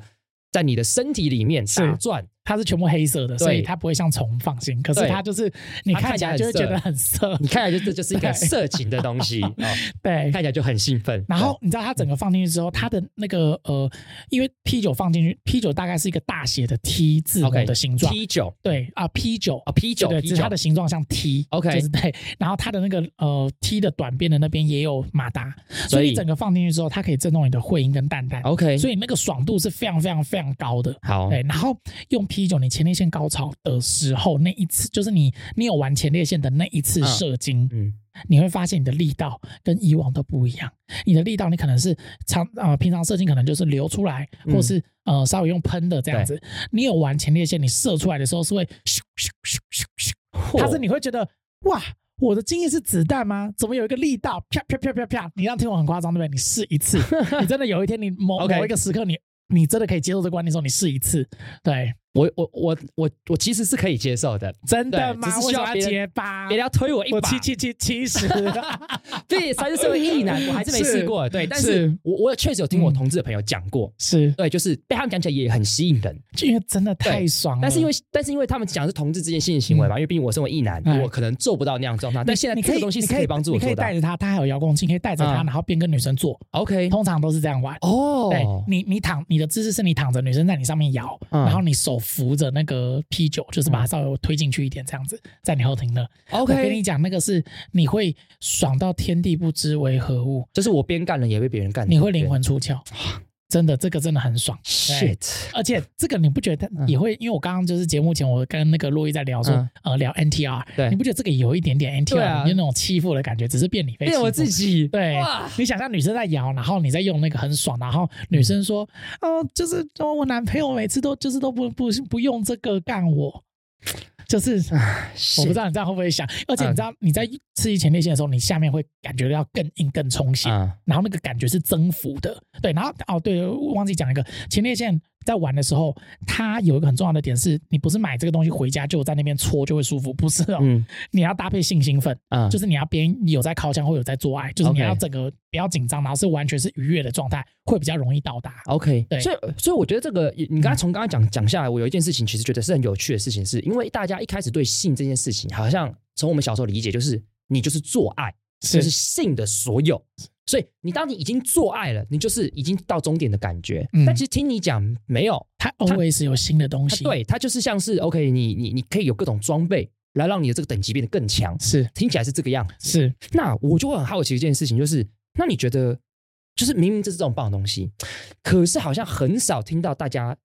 Speaker 1: 在你的身体里面打
Speaker 2: 是
Speaker 1: 转，
Speaker 2: 它是全部黑色的，所以它不会像虫放心。可是
Speaker 1: 对
Speaker 2: 它就是你
Speaker 1: 它看
Speaker 2: 看起来
Speaker 1: 起
Speaker 2: 就
Speaker 1: 来
Speaker 2: 会
Speaker 1: 很色
Speaker 2: 觉得很色，
Speaker 1: 你看起来就这就是一个
Speaker 2: 对
Speaker 1: 色情的东 [LAUGHS] 西哦，
Speaker 2: [LAUGHS] 对。
Speaker 1: 看起来就很兴奋。
Speaker 2: 然后你知道它整个放进去之后，它的那个呃，因为 P 九放进去，P 九大概是一个大写的 T 字母
Speaker 1: OK
Speaker 2: 的形状，
Speaker 1: T 九
Speaker 2: 对啊，P 九
Speaker 1: 啊，P 九
Speaker 2: 对，
Speaker 1: P
Speaker 2: 只是
Speaker 1: 九
Speaker 2: 它的形状像 T。
Speaker 1: OK
Speaker 2: 就是对，然后它的那个呃 T 的短边的那边也有马达，所
Speaker 1: 以
Speaker 2: 以整个放进去之后，它可以震动你的会阴跟蛋蛋，
Speaker 1: OK，
Speaker 2: 所以那个爽度是非常非常非常高的。
Speaker 1: 好
Speaker 2: 对，然后用 P 九，你前列腺高潮的时候，那一次就是你你有玩前列腺的那一次
Speaker 1: 嗯
Speaker 2: 射精，
Speaker 1: 嗯
Speaker 2: 你会发现你的力道跟以往都不一样。你的力道，你可能是常呃平常射精可能就是流出来，
Speaker 1: 嗯
Speaker 2: 或是呃稍微用喷的这样子。你有玩前列腺，你射出来的时候是会咻咻咻咻咻，它是你会觉得哇。我的经验是子弹吗？怎么有一个力道，啪啪啪啪啪？你让听我很夸张，对不对？你试
Speaker 1: [LAUGHS]
Speaker 2: 一次，你真的有一天，你某
Speaker 1: OK
Speaker 2: 某一个时刻你，你真的可以接受这个观念的时候，你试一次，对，
Speaker 1: 我我我我我其实是可以接受的，
Speaker 2: 真的
Speaker 1: 对
Speaker 2: 吗
Speaker 1: 只？是
Speaker 2: 为
Speaker 1: 需
Speaker 2: 什
Speaker 1: 要
Speaker 2: 么要
Speaker 1: 别人
Speaker 2: 结巴？
Speaker 1: 别人要推啊我一
Speaker 2: 我
Speaker 1: 把，
Speaker 2: 七七七
Speaker 1: [LAUGHS]
Speaker 2: 七十，
Speaker 1: 对，三十岁的异男，我还是没试过，对，但是嗯
Speaker 2: 是
Speaker 1: 我我确实有听我同志的朋友讲过，
Speaker 2: 是
Speaker 1: 对，就是被他们讲起来也很吸引人，
Speaker 2: 因为真的太爽了。
Speaker 1: 但是因为但是因为他们讲的是同志之间性行为嘛，因为毕竟我身为异男，
Speaker 2: 嗯哎
Speaker 1: 我可能做不到那样的状态，
Speaker 2: 你
Speaker 1: 但现在
Speaker 2: 你
Speaker 1: 这
Speaker 2: 可
Speaker 1: 个
Speaker 2: 以
Speaker 1: 东西
Speaker 2: 你
Speaker 1: 是
Speaker 2: 可
Speaker 1: 以帮助我
Speaker 2: 你可
Speaker 1: 做
Speaker 2: 以
Speaker 1: 到
Speaker 2: 带着他，他还有遥控器，可以带着他，
Speaker 1: 嗯
Speaker 2: 然后边跟女生做，
Speaker 1: ，OK，
Speaker 2: 通常都是这样玩。对
Speaker 1: 哦，
Speaker 2: 你，你躺你的姿势是你躺着，女生在你上面摇，
Speaker 1: 嗯
Speaker 2: 然后你手扶着那个 P 九，就是把它稍微推进去一点，这样子在你后庭的。我跟你
Speaker 1: OK，
Speaker 2: 讲，那个是你会爽到天地不知为何物，
Speaker 1: 就是我边干了也被别人干，
Speaker 2: 你会灵魂出窍，真的这个真的很爽。对
Speaker 1: shit，
Speaker 2: 而且这个你不觉得
Speaker 1: 嗯
Speaker 2: 也会？因为我刚刚就是节目前，我跟那个洛伊在聊说
Speaker 1: 嗯，
Speaker 2: 呃，聊 NTR，
Speaker 1: 对
Speaker 2: 你不觉得这个有一点点
Speaker 1: 对
Speaker 2: NTR
Speaker 1: 啊
Speaker 2: 里面那种欺负的感觉，只是变你被欺
Speaker 1: 变
Speaker 2: 负
Speaker 1: 我自己，
Speaker 2: 对
Speaker 1: 哇，
Speaker 2: 你想象女生在摇，然后你在用那个很爽，然后女生说：“
Speaker 1: 嗯
Speaker 2: 哦，就是哦，我男朋友每次都就是都不不不用这个干我。”就是我
Speaker 1: 我
Speaker 2: 不知道你这样会不会想，而且你
Speaker 1: 嗯
Speaker 2: 知道你在刺激前列腺的时候，你下面会感觉到更硬、更充血，
Speaker 1: 啊，
Speaker 2: 然后那个感觉是增幅的。对，然后哦，对，我忘记讲一个前列腺在玩的时候，它有一个很重要的点是，你不是买这个东西回家就在那边搓就会舒服，不是哦，
Speaker 1: 嗯
Speaker 2: 你要搭配性兴奋。
Speaker 1: 啊，
Speaker 2: 就是是你要边有在靠墙或有在做爱，就是你
Speaker 1: OK
Speaker 2: 要整个不要紧张，然后是完全是愉悦的状态，会比较容易到达。
Speaker 1: OK，
Speaker 2: 对
Speaker 1: 所以所以我觉得这个，你刚才从刚刚讲讲下来，我有一件事情其实觉得是很有趣的事情是，因为大家一开始对性这件事情，好像从我们小时候理解就是你就是做爱，就是性的所有。所以你当你已经做爱了，你就是已经到终点的感觉。
Speaker 2: 嗯
Speaker 1: 但其实听你讲没有，
Speaker 2: 它 always 有新的东
Speaker 1: 它
Speaker 2: 西，，
Speaker 1: 对它就是像是 OK，你你你可以有各种装备来让你的这个等级变得更强，
Speaker 2: 是
Speaker 1: 听起来是这个样。
Speaker 2: 是，
Speaker 1: 那我就会很好奇一件事情，就是那你觉得，就是明明这是这种棒的东西，可是好像很少听到大家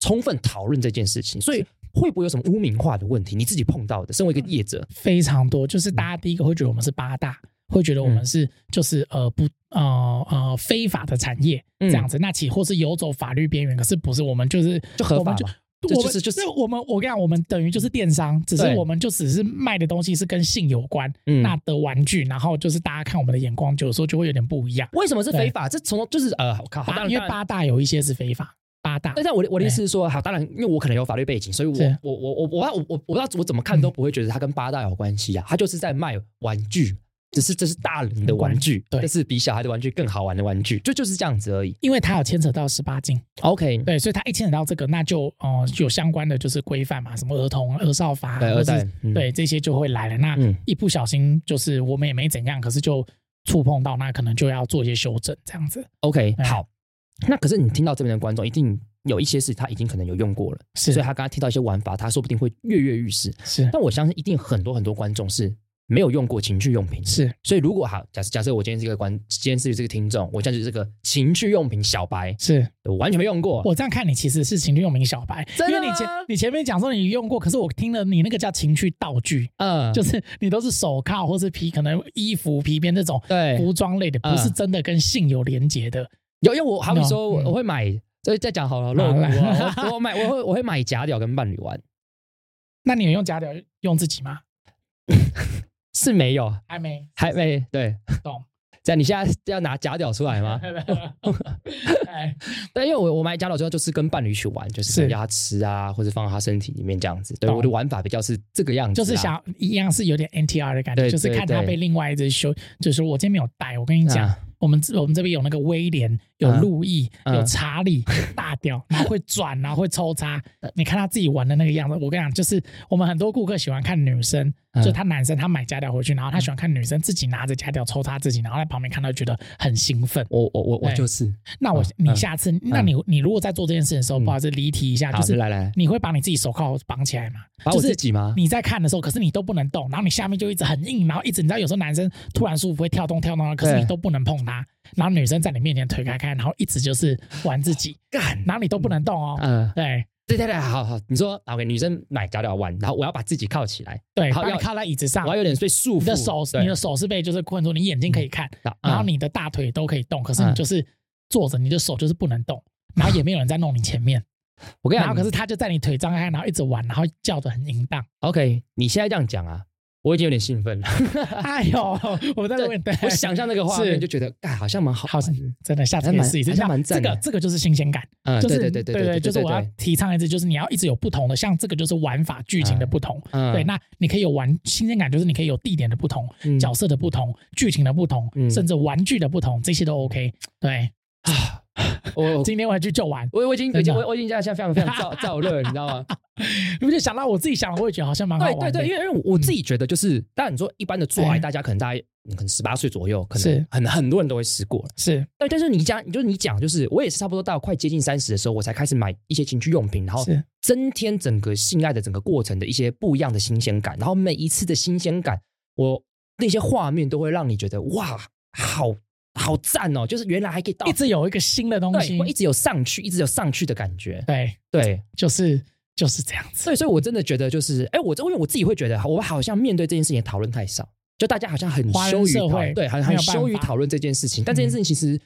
Speaker 1: 充分讨论这件事情，所以会不会有什么污名化的问题？你自己碰到的，身为一个业者，
Speaker 2: 非常多。就是大
Speaker 1: 嗯
Speaker 2: 家第一个会觉得我们是八大，会觉得我们是就是呃不呃呃非法的产业
Speaker 1: 嗯
Speaker 2: 这样子，那起或是游走法律边缘，可是不是我们就是
Speaker 1: 就合
Speaker 2: 我
Speaker 1: 法
Speaker 2: 们
Speaker 1: 嘛
Speaker 2: 就。
Speaker 1: 这
Speaker 2: 我
Speaker 1: 就
Speaker 2: 们
Speaker 1: 是就是
Speaker 2: 我们，我跟你讲，我们等于就是电商，只是
Speaker 1: 对
Speaker 2: 我们就只是卖的东西是跟性有关，
Speaker 1: 嗯
Speaker 2: 那的玩具，然后就是大家看我们的眼光，有时候就会有点不一样。
Speaker 1: 为什么是
Speaker 2: 对
Speaker 1: 非法？这从就是呃，我靠，好当
Speaker 2: 八，
Speaker 1: 然
Speaker 2: 因
Speaker 1: 当然
Speaker 2: 为八大有一些是非法，八大
Speaker 1: 但但我的我的意思是说，好，当然，因为我可能有法律背景，所以
Speaker 2: 是嗯
Speaker 1: 我我我我我我我我不知道我怎么看都不会觉得它跟八大有关系啊，它就是在卖玩具，只是这是大人的玩具，
Speaker 2: 嗯对
Speaker 1: 这是比小孩的玩具更好玩的玩具，就就是这样子而已。
Speaker 2: 因为它有牵扯到十八禁，
Speaker 1: OK，
Speaker 2: 对，所以它一牵扯到这个，那就哦、呃有相关的就是规范嘛，什么儿童儿少法，啊
Speaker 1: 对
Speaker 2: 或
Speaker 1: 二代
Speaker 2: 是，
Speaker 1: 嗯，
Speaker 2: 对这些就会来了。那
Speaker 1: 嗯
Speaker 2: 一不小心就是我们也没怎样，可是就触碰到，那可能就要做一些修正，这样子
Speaker 1: ，OK，
Speaker 2: 哎
Speaker 1: 好。那可是你听到这边的观众，一定有一些是他已经可能有用过了，
Speaker 2: 是
Speaker 1: 所以他刚刚听到一些玩法，他说不定会跃跃欲试。
Speaker 2: 是
Speaker 1: 但我相信一定很多很多观众是没有用过情趣用品，
Speaker 2: 是
Speaker 1: 所以如果好，假设假设我今天是一个观，今天是这个听众，我现在就是这个情趣用品小白，
Speaker 2: 是，
Speaker 1: 我完全没用过。
Speaker 2: 我这样看你其实是情趣用品小白，
Speaker 1: 真的
Speaker 2: 因为你前
Speaker 1: 吗
Speaker 2: 你前面讲说你用过，可是我听了你那个叫情趣道具，
Speaker 1: 嗯，
Speaker 2: [LAUGHS] 就是你都是手铐或是皮，可能衣服皮鞭这种
Speaker 1: 对
Speaker 2: 服装类的，不
Speaker 1: 嗯
Speaker 2: 是真的跟性有连结的。
Speaker 1: 有，因为我好比说，我
Speaker 2: 嗯
Speaker 1: 我会买，所以再讲好了，露骨啊，
Speaker 2: 好
Speaker 1: 我我买我会我会买假屌跟伴侣玩，
Speaker 2: 那你有用假屌用自己吗？
Speaker 1: 是没有，
Speaker 2: 还没
Speaker 1: 还没对。
Speaker 2: 懂。
Speaker 1: 这样你现在要拿假屌出来
Speaker 2: [LAUGHS]
Speaker 1: 吗？
Speaker 2: 哎，
Speaker 1: 但因为我我买假屌之后就是跟伴侣一起玩，就是
Speaker 2: 是
Speaker 1: 让他吃啊，或者放到他身体里面这样子。对，
Speaker 2: 懂
Speaker 1: 我的玩法比较是这个样子啊
Speaker 2: 就
Speaker 1: 啦，
Speaker 2: 是想一样是有点 NTR 的感觉，
Speaker 1: 对
Speaker 2: 就是看他
Speaker 1: 对对
Speaker 2: 被另外一只修，就是我今天没有带，我跟你讲
Speaker 1: 啊，
Speaker 2: 我们我们这边有那个威廉，有
Speaker 1: 啊
Speaker 2: 路易，
Speaker 1: 啊
Speaker 2: 有
Speaker 1: [LAUGHS]
Speaker 2: 查理，大屌，然后会转，然后会抽插，
Speaker 1: 呃
Speaker 2: 你看他自己玩的那个样子，我跟你讲，就是我们很多顾客喜欢看女生，
Speaker 1: 啊
Speaker 2: 就他男生他买假屌回去，然后他喜欢看女生自己拿着假屌抽插自己，然后在旁边看到觉得很兴奋。
Speaker 1: 我我我我
Speaker 2: 对
Speaker 1: 就是，
Speaker 2: 那我
Speaker 1: 嗯
Speaker 2: 你
Speaker 1: 嗯
Speaker 2: 下次，那你你如果在做这件事的时候，
Speaker 1: 嗯
Speaker 2: 不好意思离题一下，
Speaker 1: 好，
Speaker 2: 哎就是
Speaker 1: 来来，
Speaker 2: 你会把你自己手铐绑起来嘛？
Speaker 1: 把
Speaker 2: 就
Speaker 1: 我
Speaker 2: 是
Speaker 1: 自己吗？
Speaker 2: 你在看的时候，可是你都不能动，然后你下面就一直很硬，然后一直你知道有时候男生突然舒服会跳动跳动，可是
Speaker 1: 对
Speaker 2: 你都不能碰它，然后女生在你面前推开开，然后一直就是玩自己，
Speaker 1: [LAUGHS] 干，
Speaker 2: 然后你都不能动哦。
Speaker 1: 嗯，
Speaker 2: 对
Speaker 1: 对对对，好好，你说啊 OK，女生买假屌玩，然后我要把自己靠起来，
Speaker 2: 对，
Speaker 1: 好
Speaker 2: 把你
Speaker 1: 要
Speaker 2: 靠在椅子上
Speaker 1: 我要，有点被束缚，
Speaker 2: 你的手
Speaker 1: 对
Speaker 2: 你的手是被就是困住，你眼睛可以看，
Speaker 1: 啊
Speaker 2: 然后你的大腿都可以动，可是你
Speaker 1: 嗯
Speaker 2: 就是坐着，你的手就是不能动，然后也没有人在弄你
Speaker 1: [LAUGHS]
Speaker 2: 前面，
Speaker 1: 我跟你
Speaker 2: 然后
Speaker 1: 讲，
Speaker 2: 可是他就在你腿张开，然后一直玩，然后叫的很淫
Speaker 1: [LAUGHS]
Speaker 2: 荡。
Speaker 1: OK，你现在这样讲啊，我已经有点兴
Speaker 2: [LAUGHS]
Speaker 1: 奋了。
Speaker 2: 哎呦，我在问，对
Speaker 1: 我想象那个画面
Speaker 2: 是
Speaker 1: 就觉得，哎，好像蛮好
Speaker 2: 好
Speaker 1: 玩的。
Speaker 2: 真的，下次可以试一次。
Speaker 1: 还蛮还蛮
Speaker 2: 这
Speaker 1: 赞
Speaker 2: 个
Speaker 1: 的
Speaker 2: 这个就是新鲜感，
Speaker 1: 嗯，
Speaker 2: 就是
Speaker 1: 对对对
Speaker 2: 对
Speaker 1: 对，
Speaker 2: 就是我要提倡一次，就是你要一直有不同的，像这个就是玩法剧情的不同。
Speaker 1: 嗯
Speaker 2: 对，那你可以有玩新鲜感，就是你可以有地点的不同、
Speaker 1: 嗯
Speaker 2: 角色的不同、剧情的不同，
Speaker 1: 嗯
Speaker 2: 甚至玩具的不同，这些都 OK。对，
Speaker 1: 我
Speaker 2: 今天我还去就玩，
Speaker 1: 我我已经
Speaker 2: 真
Speaker 1: 已
Speaker 2: 的
Speaker 1: 经我我已经这样现在非常非常
Speaker 2: [LAUGHS]
Speaker 1: 燥燥热，你知道吗？
Speaker 2: 你不就想到我自己想，我也觉得好像蛮好嗯
Speaker 1: 对对
Speaker 2: 玩的。
Speaker 1: 对，因为因为我自己觉得就是，当然你说一般的做爱，
Speaker 2: 嗯
Speaker 1: 大家可能大概嗯可能十八岁左右，可
Speaker 2: 是
Speaker 1: 能很很多人都会试过。
Speaker 2: 是
Speaker 1: 对，但是你讲，你就是你讲，就是我也是差不多到快接近三十的时候，我才开始买一些情趣用品，然后
Speaker 2: 是
Speaker 1: 增添整个性爱的整个过程的一些不一样的新鲜感，然后每一次的新鲜感，我那些画面都会让你觉得哇，好好赞哦！就是原来还可以到
Speaker 2: 一，直有一个新的东
Speaker 1: 对，
Speaker 2: 西
Speaker 1: 会，一直有上去，一直有上去的感觉。
Speaker 2: 对，
Speaker 1: 对，
Speaker 2: 就是就是这样子。
Speaker 1: 所以，所以我真的觉得就是，哎，我因为我自己会觉得，我好像面对这件事情讨论太少，就大家好像很
Speaker 2: 华
Speaker 1: 羞
Speaker 2: 人
Speaker 1: 于
Speaker 2: 社
Speaker 1: 讨
Speaker 2: 会
Speaker 1: 论，对，很
Speaker 2: 没
Speaker 1: 很
Speaker 2: 有办
Speaker 1: 羞于
Speaker 2: 法
Speaker 1: 讨论这件事情。但这件事情其实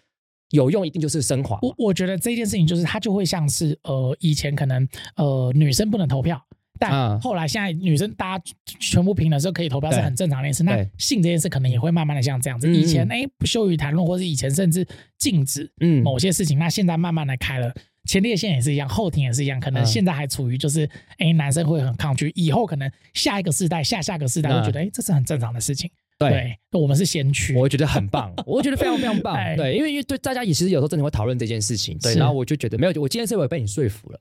Speaker 1: 有用，一定就是升华嘛。
Speaker 2: 我我觉得这件事情就是它就会像是呃以前可能呃女生不能投票，但
Speaker 1: 嗯
Speaker 2: 后来现在女生大家全部平等时候可以投票是
Speaker 1: 对
Speaker 2: 很正常的一件事。那
Speaker 1: 对
Speaker 2: 性这件事可能也会慢慢的像这样子，
Speaker 1: 嗯
Speaker 2: 以前哎不羞于谈论，或是以前甚至禁止
Speaker 1: 嗯，
Speaker 2: 某些事情，那现在慢慢的开了。前列腺也是一样，后庭也是一样，可能
Speaker 1: 嗯
Speaker 2: 现在还处于就是，哎、男生会很抗拒，以后可能下一个世代、下下个世代会觉得，哎、这是很正常的事情。
Speaker 1: 嗯对，
Speaker 2: 对，我们是先驱。
Speaker 1: 我觉得很棒，我觉得非常非常棒
Speaker 2: [LAUGHS] 哎。
Speaker 1: 对，因为因为对大家也其实有时候真的会讨论这件事情，对。
Speaker 2: 是
Speaker 1: 然后我就觉得没有，我今天是我被你说服了，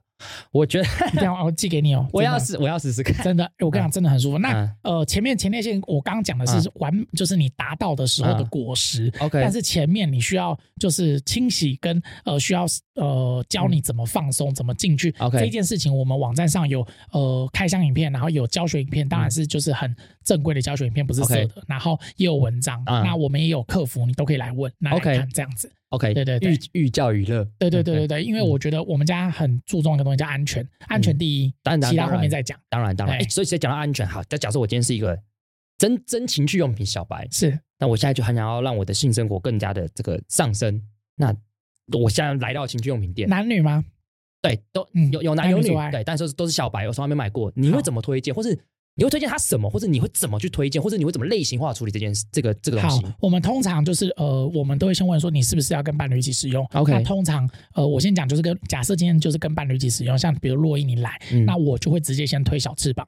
Speaker 1: 我
Speaker 2: [LAUGHS]
Speaker 1: 觉得，
Speaker 2: [LAUGHS] 一定要我寄给你哦
Speaker 1: 我要
Speaker 2: 真的
Speaker 1: 试，我要试试看。
Speaker 2: 真的，我跟你讲，真的很舒服。那
Speaker 1: 嗯
Speaker 2: 呃，前面前列腺我刚刚讲的是完，就是你达到的时候的果实。
Speaker 1: 嗯 OK，
Speaker 2: [LAUGHS] 但是前面你需要就是清洗跟呃需要呃教你怎么放松、怎么进去
Speaker 1: 嗯 OK
Speaker 2: 这件事情，我们网站上有呃开箱影片，然后有教学影片，当然是就是很正规的教学影片，不是色
Speaker 1: 嗯 OK
Speaker 2: 的。然后也有文章，
Speaker 1: 嗯
Speaker 2: 那我们也有客服，你都可以来问，拿来
Speaker 1: OK
Speaker 2: 看这样子。
Speaker 1: OK，
Speaker 2: 对对对
Speaker 1: 寓寓教于乐，嗯
Speaker 2: 对对对对对，因为我觉得我们家很注重一个东西叫安全，安全第一，
Speaker 1: 嗯当然
Speaker 2: 其他
Speaker 1: 当然
Speaker 2: 后面再讲。
Speaker 1: 当然当然。
Speaker 2: 哎
Speaker 1: 哎，所以直接讲到安全，好，那假设我今天是一个真真情趣用品小白，
Speaker 2: 是
Speaker 1: 那我现在就很想要让我的性生活更加的这个上升，那我现在来到情趣用品店，
Speaker 2: 男女吗？
Speaker 1: 对，都
Speaker 2: 嗯
Speaker 1: 有有男有
Speaker 2: 男女
Speaker 1: 女
Speaker 2: 做爱，
Speaker 1: 对，但是都是小白，我从来没买过。你
Speaker 2: 好
Speaker 1: 会怎么推荐，或是你会推荐他什么，或者你会怎么去推荐，或者你会怎么类型化处理这件事，这个这个东
Speaker 2: 好
Speaker 1: 西？，
Speaker 2: 我们通常就是呃，我们都会先问说你是不是要跟伴侣一起使用。
Speaker 1: OK
Speaker 2: 那通常呃，我先讲就是跟假设今天就是跟伴侣一起使用，像比如洛伊你来，
Speaker 1: 嗯
Speaker 2: 那我就会直接先推小翅膀。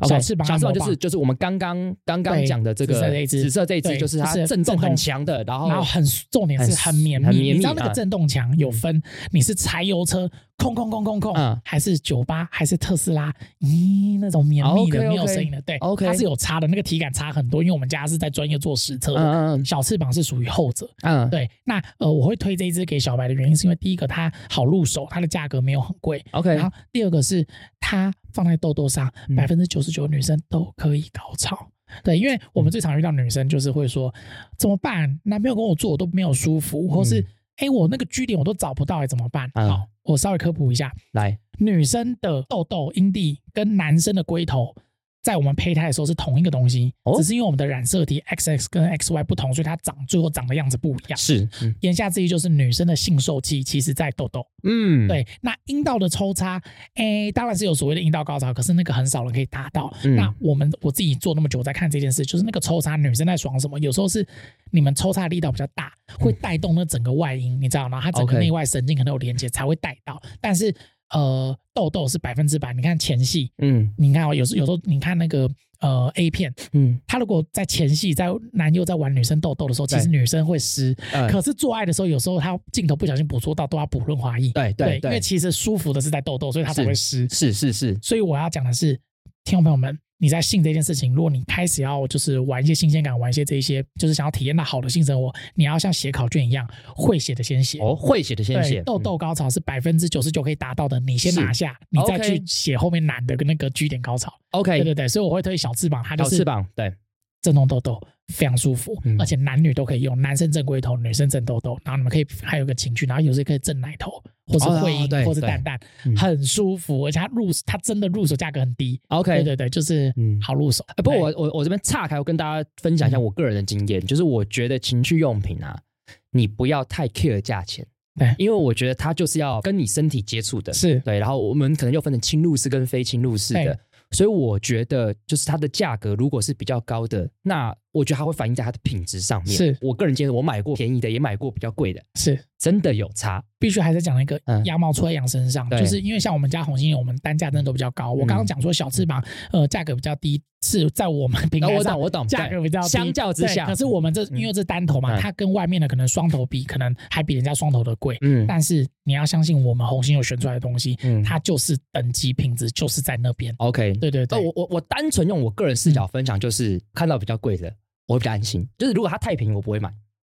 Speaker 1: OK，
Speaker 2: 小翅膀
Speaker 1: 小
Speaker 2: 按
Speaker 1: 翅
Speaker 2: 摩
Speaker 1: 膀
Speaker 2: 棒
Speaker 1: 就是就是我们刚刚刚刚
Speaker 2: 对
Speaker 1: 讲的这个
Speaker 2: 紫色这一只
Speaker 1: 紫色这一只
Speaker 2: 对
Speaker 1: 就是它
Speaker 2: 就是
Speaker 1: 震动
Speaker 2: 震
Speaker 1: 很
Speaker 2: 动
Speaker 1: 强的，然后
Speaker 2: 然后很重点是
Speaker 1: 哦很
Speaker 2: 很绵密，
Speaker 1: 很绵密
Speaker 2: 你知道那个
Speaker 1: 嗯
Speaker 2: 震动墙有分，你是柴油车空空空空空，
Speaker 1: 嗯
Speaker 2: 还是酒吧，还是特斯拉，咦那种绵密的
Speaker 1: OK，OK
Speaker 2: 没有声音的，对
Speaker 1: OK
Speaker 2: 它是有差的，那个体感差很多，因为我们家是在专业做实测的，
Speaker 1: 嗯嗯
Speaker 2: 小翅膀是属于后者，
Speaker 1: 嗯，
Speaker 2: 对，那呃，我会推这一支给小白的原因是因为第一个它好入手，它的价格没有很贵，
Speaker 1: ，OK，
Speaker 2: 然后第二个是它放在痘痘上，
Speaker 1: 嗯
Speaker 2: 百分之九十九女生都可以高潮。对，因为我
Speaker 1: 嗯
Speaker 2: 们最常遇到女生就是会说，怎么办？男朋友跟我做我都没有舒服，或是
Speaker 1: 嗯
Speaker 2: 哎、诶我那个据点我都找不到、诶怎么办？
Speaker 1: 嗯
Speaker 2: 好，我稍微科普一下，
Speaker 1: 来，
Speaker 2: 女生的痘痘、阴蒂跟男生的龟头，在我们胚胎的时候是同一个东西，
Speaker 1: 哦
Speaker 2: 只是因为我们的染色体 XX 跟 XY 不同，所以它长最后长的样子不一样。
Speaker 1: 是，嗯
Speaker 2: 言下之意就是女生的性受器其实在痘痘。
Speaker 1: 嗯，
Speaker 2: 对，那阴道的抽插，哎，当然是有所谓的阴道高潮，可是那个很少人可以达到。
Speaker 1: 嗯
Speaker 2: 那我们我自己做那么久，在看这件事，就是那个抽插，女生在爽什么？有时候是你们抽插的力道比较大，会带动那整个外阴，你知道吗？它整
Speaker 1: 嗯
Speaker 2: 个
Speaker 1: OK
Speaker 2: 内外神经可能有连接，才会带到。但是呃，痘痘是百分之百，你看前戏，
Speaker 1: 嗯
Speaker 2: 你看哦，有时有时候你看那个呃 A 片，
Speaker 1: 嗯，
Speaker 2: 他如果在前戏在男优在玩女生痘痘的时候，其实
Speaker 1: 对
Speaker 2: 女生会湿，
Speaker 1: 嗯
Speaker 2: 可是做爱的时候，有时候他镜头不小心捕捉到，都要补润滑液。
Speaker 1: 对对
Speaker 2: 因为
Speaker 1: 对，
Speaker 2: 其实舒服的是在痘痘，所以它才
Speaker 1: 是
Speaker 2: 会湿。
Speaker 1: 是是是，
Speaker 2: 所以我要讲的是，听众朋友们，你在性这件事情，如果你开始要就是玩一些新鲜感，玩一些这一些，就是想要体验到好的性生活，你要像写考卷一样，会写的先写。
Speaker 1: 哦，会写的先
Speaker 2: 对
Speaker 1: 写，嗯
Speaker 2: 痘痘高潮是百分之九十九可以达到的，你先
Speaker 1: 是
Speaker 2: 拿下，你再
Speaker 1: OK
Speaker 2: 去写后面难的跟那个据点高潮。
Speaker 1: 嗯
Speaker 2: 对
Speaker 1: ，OK，
Speaker 2: 对对，所以我会推小翅膀，它就
Speaker 1: 小
Speaker 2: 是
Speaker 1: 翅膀，对，
Speaker 2: 震动痘痘非常舒服，
Speaker 1: 嗯
Speaker 2: 而且男女都可以用，男生震龟头，女生震痘痘，然后你们可以还有一个情趣，然后有时候可以震奶头，或是
Speaker 1: 哦
Speaker 2: 会阴，
Speaker 1: 对
Speaker 2: 或是
Speaker 1: 对
Speaker 2: 蛋蛋，
Speaker 1: 嗯
Speaker 2: 很舒服，而且它入它真的入手价格很低，对
Speaker 1: OK，
Speaker 2: 对对，就是
Speaker 1: 嗯
Speaker 2: 好入手。
Speaker 1: 呃不过
Speaker 2: 对嗯
Speaker 1: 我我我这边岔开，我跟大家分享一下我个人的经验，就是我觉得情趣用品啊，你不要太 care 价钱，
Speaker 2: 对
Speaker 1: 因为我觉得它就是要跟你身体接触的，
Speaker 2: 是
Speaker 1: 对，然后我们可能又分成侵入式跟非侵入式的
Speaker 2: 对，
Speaker 1: 所以我觉得就是它的价格如果是比较高的，那我觉得它会反映在它的品质上面。
Speaker 2: 是
Speaker 1: 我个人建议，我买过便宜的，也买过比较贵的，
Speaker 2: 是，
Speaker 1: 真的有差。
Speaker 2: 必须还是讲一个
Speaker 1: 嗯
Speaker 2: 羊毛出在羊身上，
Speaker 1: 对嗯
Speaker 2: 就是因为像我们家红心牛，我们单价真的都比较高。我刚刚讲说小翅膀，呃，价格比较低，是在我们平
Speaker 1: 然后嗯哦
Speaker 2: 台
Speaker 1: 我
Speaker 2: 上
Speaker 1: 懂我懂，
Speaker 2: 价
Speaker 1: 对
Speaker 2: 格比较低
Speaker 1: 相较之
Speaker 2: 对
Speaker 1: 下，
Speaker 2: 可是我们这因为这单头嘛，
Speaker 1: 嗯
Speaker 2: 它跟外面的可能双头比，可能还比人家双头的贵。
Speaker 1: 嗯
Speaker 2: 但是你要相信我们红星有选出来的东西，
Speaker 1: 嗯
Speaker 2: 它就是等级品质就是在那边。
Speaker 1: OK，
Speaker 2: 对对
Speaker 1: 呃，
Speaker 2: 对，嗯
Speaker 1: 我我我单纯用我个人视角分享，就是看到比较贵的，我会比较安心。就是如果它太便宜，我不会买。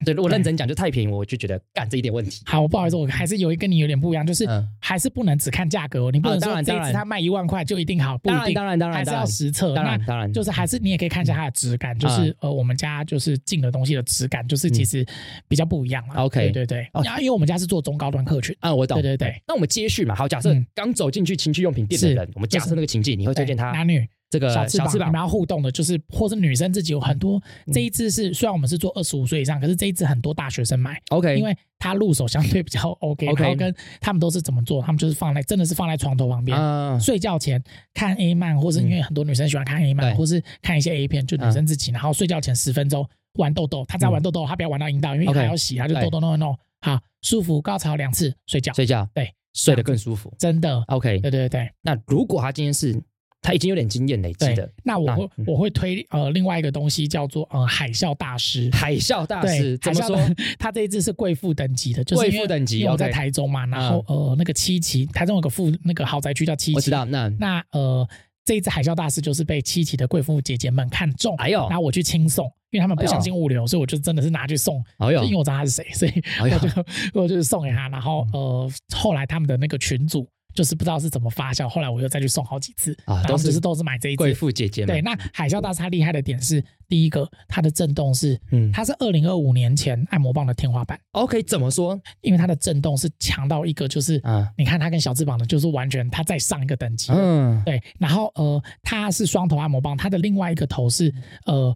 Speaker 1: 对，如果认真讲，就太便宜，我就觉得干这一点问题。
Speaker 2: 好，我不好意思，我还是有一跟你有点不一样，就是
Speaker 1: 嗯
Speaker 2: 还是不能只看价格哦，你不能
Speaker 1: 啊当
Speaker 2: 说
Speaker 1: 然
Speaker 2: 这一
Speaker 1: 当
Speaker 2: 次
Speaker 1: 然
Speaker 2: 它卖一万块就一定好，不一
Speaker 1: 当然，
Speaker 2: 定，
Speaker 1: 当然，当然，
Speaker 2: 还是
Speaker 1: 当
Speaker 2: 要
Speaker 1: 然
Speaker 2: 实测。
Speaker 1: 当
Speaker 2: 那
Speaker 1: 然，嗯当然，
Speaker 2: 就是还是你也可以看一下它的质感，就是呃，我们家就是进的东西的质感，就是其实比较不一样啦。
Speaker 1: 嗯 OK 哦
Speaker 2: 对对对，然后因为我们家是做中高端客群，
Speaker 1: 啊，我懂。
Speaker 2: 对对对，
Speaker 1: 那我们接续嘛，好，假设
Speaker 2: 嗯
Speaker 1: 刚走进去情趣用品店的
Speaker 2: 是
Speaker 1: 人，我们假
Speaker 2: 就是
Speaker 1: 设那个情境，你会推荐
Speaker 2: 对
Speaker 1: 他
Speaker 2: 男女
Speaker 1: 这个
Speaker 2: 小翅
Speaker 1: 小
Speaker 2: 膀，
Speaker 1: 翅
Speaker 2: 你
Speaker 1: 膀
Speaker 2: 们要互动的，就是或是女生自己有很多
Speaker 1: 嗯
Speaker 2: 这一支是，虽然我们是做二十五岁以上，可是这一支很多大学生买，
Speaker 1: ？OK，
Speaker 2: 因为它入手相对比较 OK，
Speaker 1: OK
Speaker 2: 然后跟他们都是怎么做，他们就是放在真的是放在床头旁边。
Speaker 1: 啊，嗯
Speaker 2: 睡觉前看 A 漫，或是因为很多女生喜欢看 A 漫，
Speaker 1: 对嗯
Speaker 2: 或是看一些 A 片，就女生自己，然后睡觉前十分钟玩豆豆，她在玩豆豆，她不要玩到阴道，因为
Speaker 1: OK，
Speaker 2: 还要洗，她就
Speaker 1: 对
Speaker 2: 豆豆弄一弄，好舒服，高潮两次，睡觉，
Speaker 1: 睡啊觉，
Speaker 2: 对，
Speaker 1: 睡得更舒服。
Speaker 2: 真的，
Speaker 1: OK，
Speaker 2: 对对对
Speaker 1: 那如果他今天是他已经有点经验累积
Speaker 2: 对
Speaker 1: 的
Speaker 2: 对。那我
Speaker 1: 那
Speaker 2: 会
Speaker 1: 嗯
Speaker 2: 我会推呃另外一个东西叫做呃海啸大师。
Speaker 1: 海啸大
Speaker 2: 对
Speaker 1: 师，，怎么
Speaker 2: 海啸
Speaker 1: 说？
Speaker 2: 大 [LAUGHS] 他这一只是贵妇等级的，就是因为
Speaker 1: 贵妇等级
Speaker 2: 因为我在
Speaker 1: OK 嗯
Speaker 2: 台中嘛，然后呃那个七期，台中有个富那个豪宅区叫七期，
Speaker 1: 我知道，那
Speaker 2: 那呃，这一次海啸大师就是被七期的贵妇姐姐们看中，
Speaker 1: 哎呦
Speaker 2: 然后我去轻送，因为他们不
Speaker 1: 哎呦
Speaker 2: 相信物流，所以我就真的是拿去送，
Speaker 1: 哎呦
Speaker 2: 就因为我知道他是谁，所以
Speaker 1: 哎呦嗯
Speaker 2: 我就、我就是送给他。然后呃，后来他们的那个群主就是不知道是怎么发酵，后来我又再去送好几次，
Speaker 1: 啊
Speaker 2: 然后
Speaker 1: 都是
Speaker 2: 就是都是买这一
Speaker 1: 贵
Speaker 2: 只。
Speaker 1: 妇姐姐们
Speaker 2: 对，，那海啸大师它厉害的点是，第一个它的震动是，
Speaker 1: 嗯
Speaker 2: 它是二零二五年前按摩棒的天花板，
Speaker 1: ，OK，怎么说
Speaker 2: 因为它的震动是强到一个就是，
Speaker 1: 啊？
Speaker 2: 你看它跟小翅膀的，就是完全它再上一个等级了。
Speaker 1: 嗯，
Speaker 2: 对，然后呃，它是双头按摩棒，它的另外一个头是呃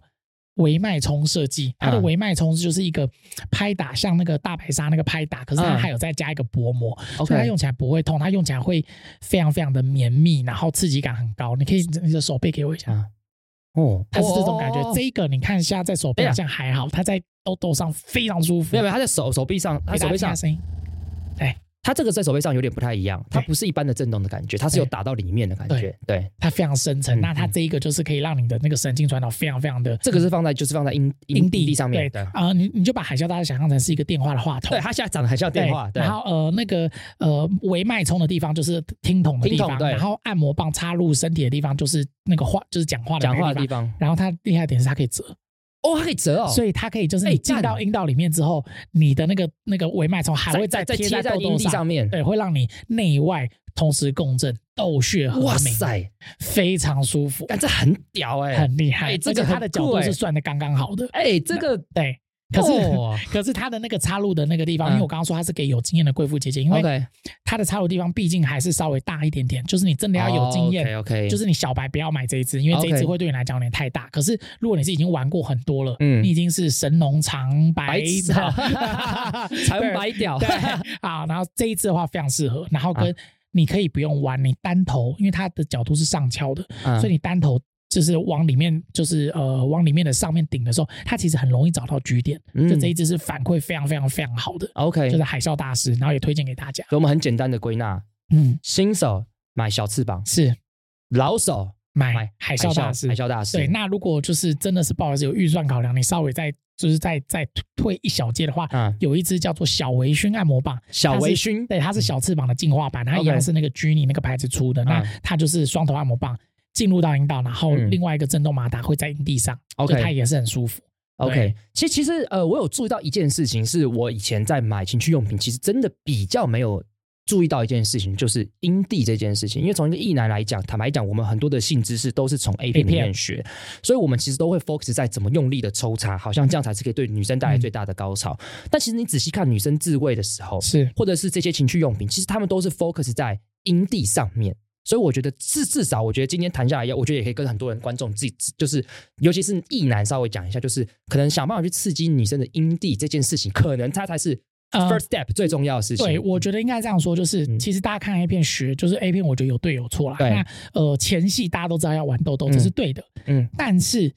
Speaker 2: 微脉冲设计，它的
Speaker 1: 嗯
Speaker 2: 微脉冲就是一个拍打，像那个大白鲨那个拍打，可是它
Speaker 1: 嗯
Speaker 2: 还有再加一个薄膜，所
Speaker 1: OK
Speaker 2: 以它用起来不会痛，它用起来会非常非常的绵密，然后刺激感很高。你可以你的手背给我一下，
Speaker 1: 啊哦，
Speaker 2: 它是这种感觉。
Speaker 1: 哦
Speaker 2: 这一个你看一下，在手
Speaker 1: 哎
Speaker 2: 背
Speaker 1: 呀
Speaker 2: 好像还好，它在痘痘上非常舒服。
Speaker 1: 没有没有，他在手手臂上，他
Speaker 2: 给
Speaker 1: 手
Speaker 2: 大
Speaker 1: 臂
Speaker 2: 家听下
Speaker 1: 上，
Speaker 2: 声音，
Speaker 1: 他这个在手臂上有点不太一样，它
Speaker 2: 对
Speaker 1: 不是一般的震动的感觉，它是有打到里面的感觉。对，
Speaker 2: 它非常深层。
Speaker 1: 嗯
Speaker 2: 那它
Speaker 1: 嗯
Speaker 2: 这一个就是可以让你的那个神经传导非常非常的
Speaker 1: 这个是放在就是放在阴
Speaker 2: 阴
Speaker 1: 阴地上面
Speaker 2: 对
Speaker 1: 的。
Speaker 2: 啊、你你就把海啸大师想象成是一个电话的话筒
Speaker 1: 对，。他现在长得很像电话，对
Speaker 2: 然，后呃，那个呃，微脉冲的地方就是听筒的地
Speaker 1: 听
Speaker 2: 方，
Speaker 1: 筒对
Speaker 2: 然后按摩棒插入身体的地方就是那个话，就是讲话的那
Speaker 1: 讲
Speaker 2: 个
Speaker 1: 话的地
Speaker 2: 地方。
Speaker 1: 方。
Speaker 2: 然后它厉害的点是它可以折，
Speaker 1: 哦，它可以折哦，
Speaker 2: 所以它可以就是
Speaker 1: 哎
Speaker 2: 你进
Speaker 1: 干
Speaker 2: 到阴道里面之后，你的那个那个微脉冲还会
Speaker 1: 再再
Speaker 2: 贴
Speaker 1: 贴在
Speaker 2: 在痘
Speaker 1: 阴
Speaker 2: 痘
Speaker 1: 蒂上，面。
Speaker 2: 对，会让你内外同时共振，痘血和
Speaker 1: 哇
Speaker 2: 鸣，
Speaker 1: 塞，
Speaker 2: 非常舒服，
Speaker 1: 但这很屌哎，
Speaker 2: 很厉害。
Speaker 1: 哎这个
Speaker 2: 而且它
Speaker 1: 很
Speaker 2: 的角
Speaker 1: 酷
Speaker 2: 度
Speaker 1: 哎
Speaker 2: 是算的刚刚好的，
Speaker 1: 哎，这个
Speaker 2: 对。可是、
Speaker 1: 哦
Speaker 2: [LAUGHS] 可是它的那个插入的那个地
Speaker 1: 嗯
Speaker 2: 方，因为我刚刚说它是给有经验的贵妇姐姐，因为
Speaker 1: OK，
Speaker 2: 它的插入地方毕竟还是稍微大一点点，就是你真的要有经验。
Speaker 1: 哦，OK，
Speaker 2: 就是你小白不要买这一支，因为这一支
Speaker 1: OK
Speaker 2: 会对你来讲有点太大。可是如果你是已经玩过很多了，
Speaker 1: 嗯
Speaker 2: 你已经是神农尝
Speaker 1: 白
Speaker 2: 百
Speaker 1: 痴
Speaker 2: 草
Speaker 1: 啊，
Speaker 2: [LAUGHS]
Speaker 1: [LAUGHS] 才会白屌
Speaker 2: 对。啊，然后这一支的话非常适合，然
Speaker 1: 啊
Speaker 2: 后跟你可以不用玩，你单头，因为它的角度是上翘的，
Speaker 1: 嗯
Speaker 2: 所以你单头就是往里面，就是呃往里面的上面顶的时候，它其实很容易找到局点。
Speaker 1: 嗯
Speaker 2: 就这一支是反馈非常非常非常好的，
Speaker 1: OK，
Speaker 2: 就
Speaker 1: 所
Speaker 2: 是海啸大师，然后也推荐给大家。
Speaker 1: 以我们很简单的归纳：
Speaker 2: 嗯，
Speaker 1: 新手买小翅膀，
Speaker 2: 是
Speaker 1: 老手
Speaker 2: 买
Speaker 1: 买
Speaker 2: 海啸大师
Speaker 1: 海。啸大师。
Speaker 2: 对，那如果就是真的是不好意思有预算考量，你稍微再就是再再退一小阶的话，
Speaker 1: 嗯，
Speaker 2: 有一支叫做小微醺按摩棒，
Speaker 1: 小
Speaker 2: 它是
Speaker 1: 微醺
Speaker 2: 对，它是小翅膀的进化版，它
Speaker 1: OK
Speaker 2: 一样是那个 g 尼那个牌子出的，那
Speaker 1: 嗯
Speaker 2: 它就是双头按摩棒进入到阴道，然后
Speaker 1: 嗯
Speaker 2: 另外一个震动马达会在阴蒂上就
Speaker 1: OK
Speaker 2: 它也是很舒服。
Speaker 1: OK，
Speaker 2: 对
Speaker 1: 其实其实呃，我有注意到一件事情，是我以前在买情趣用品，其实真的比较没有注意到一件事情，就是阴蒂这件事情。因为从一个异男来讲，坦白讲，我们很多的性知识都是从 A 片里面学，所以我们其实都会 focus 在怎么用力的抽插，好像这样才是可以对女生带来最大的高潮。但其实你仔细看女生自慰的时候，
Speaker 2: 是
Speaker 1: 或者是这些情趣用品，其实他们都是 focus 在阴蒂上面。所以我觉得至至少，我觉得今天谈下来，要我觉得也可以跟很多人观众自己就是，尤其是异男稍微讲一下，就是可能想办法去刺激女生的阴蒂这件事情，可能它才是
Speaker 2: 呃
Speaker 1: first step 最重要的事情。
Speaker 2: 对，我觉得应该这样说，就是、
Speaker 1: 嗯
Speaker 2: 其实大家看 A 片学，就是 A 片，我觉得有对有错啦。
Speaker 1: 对
Speaker 2: 那呃，前戏大家都知道要玩痘痘，
Speaker 1: 嗯
Speaker 2: 这是对的，
Speaker 1: 嗯，
Speaker 2: 但是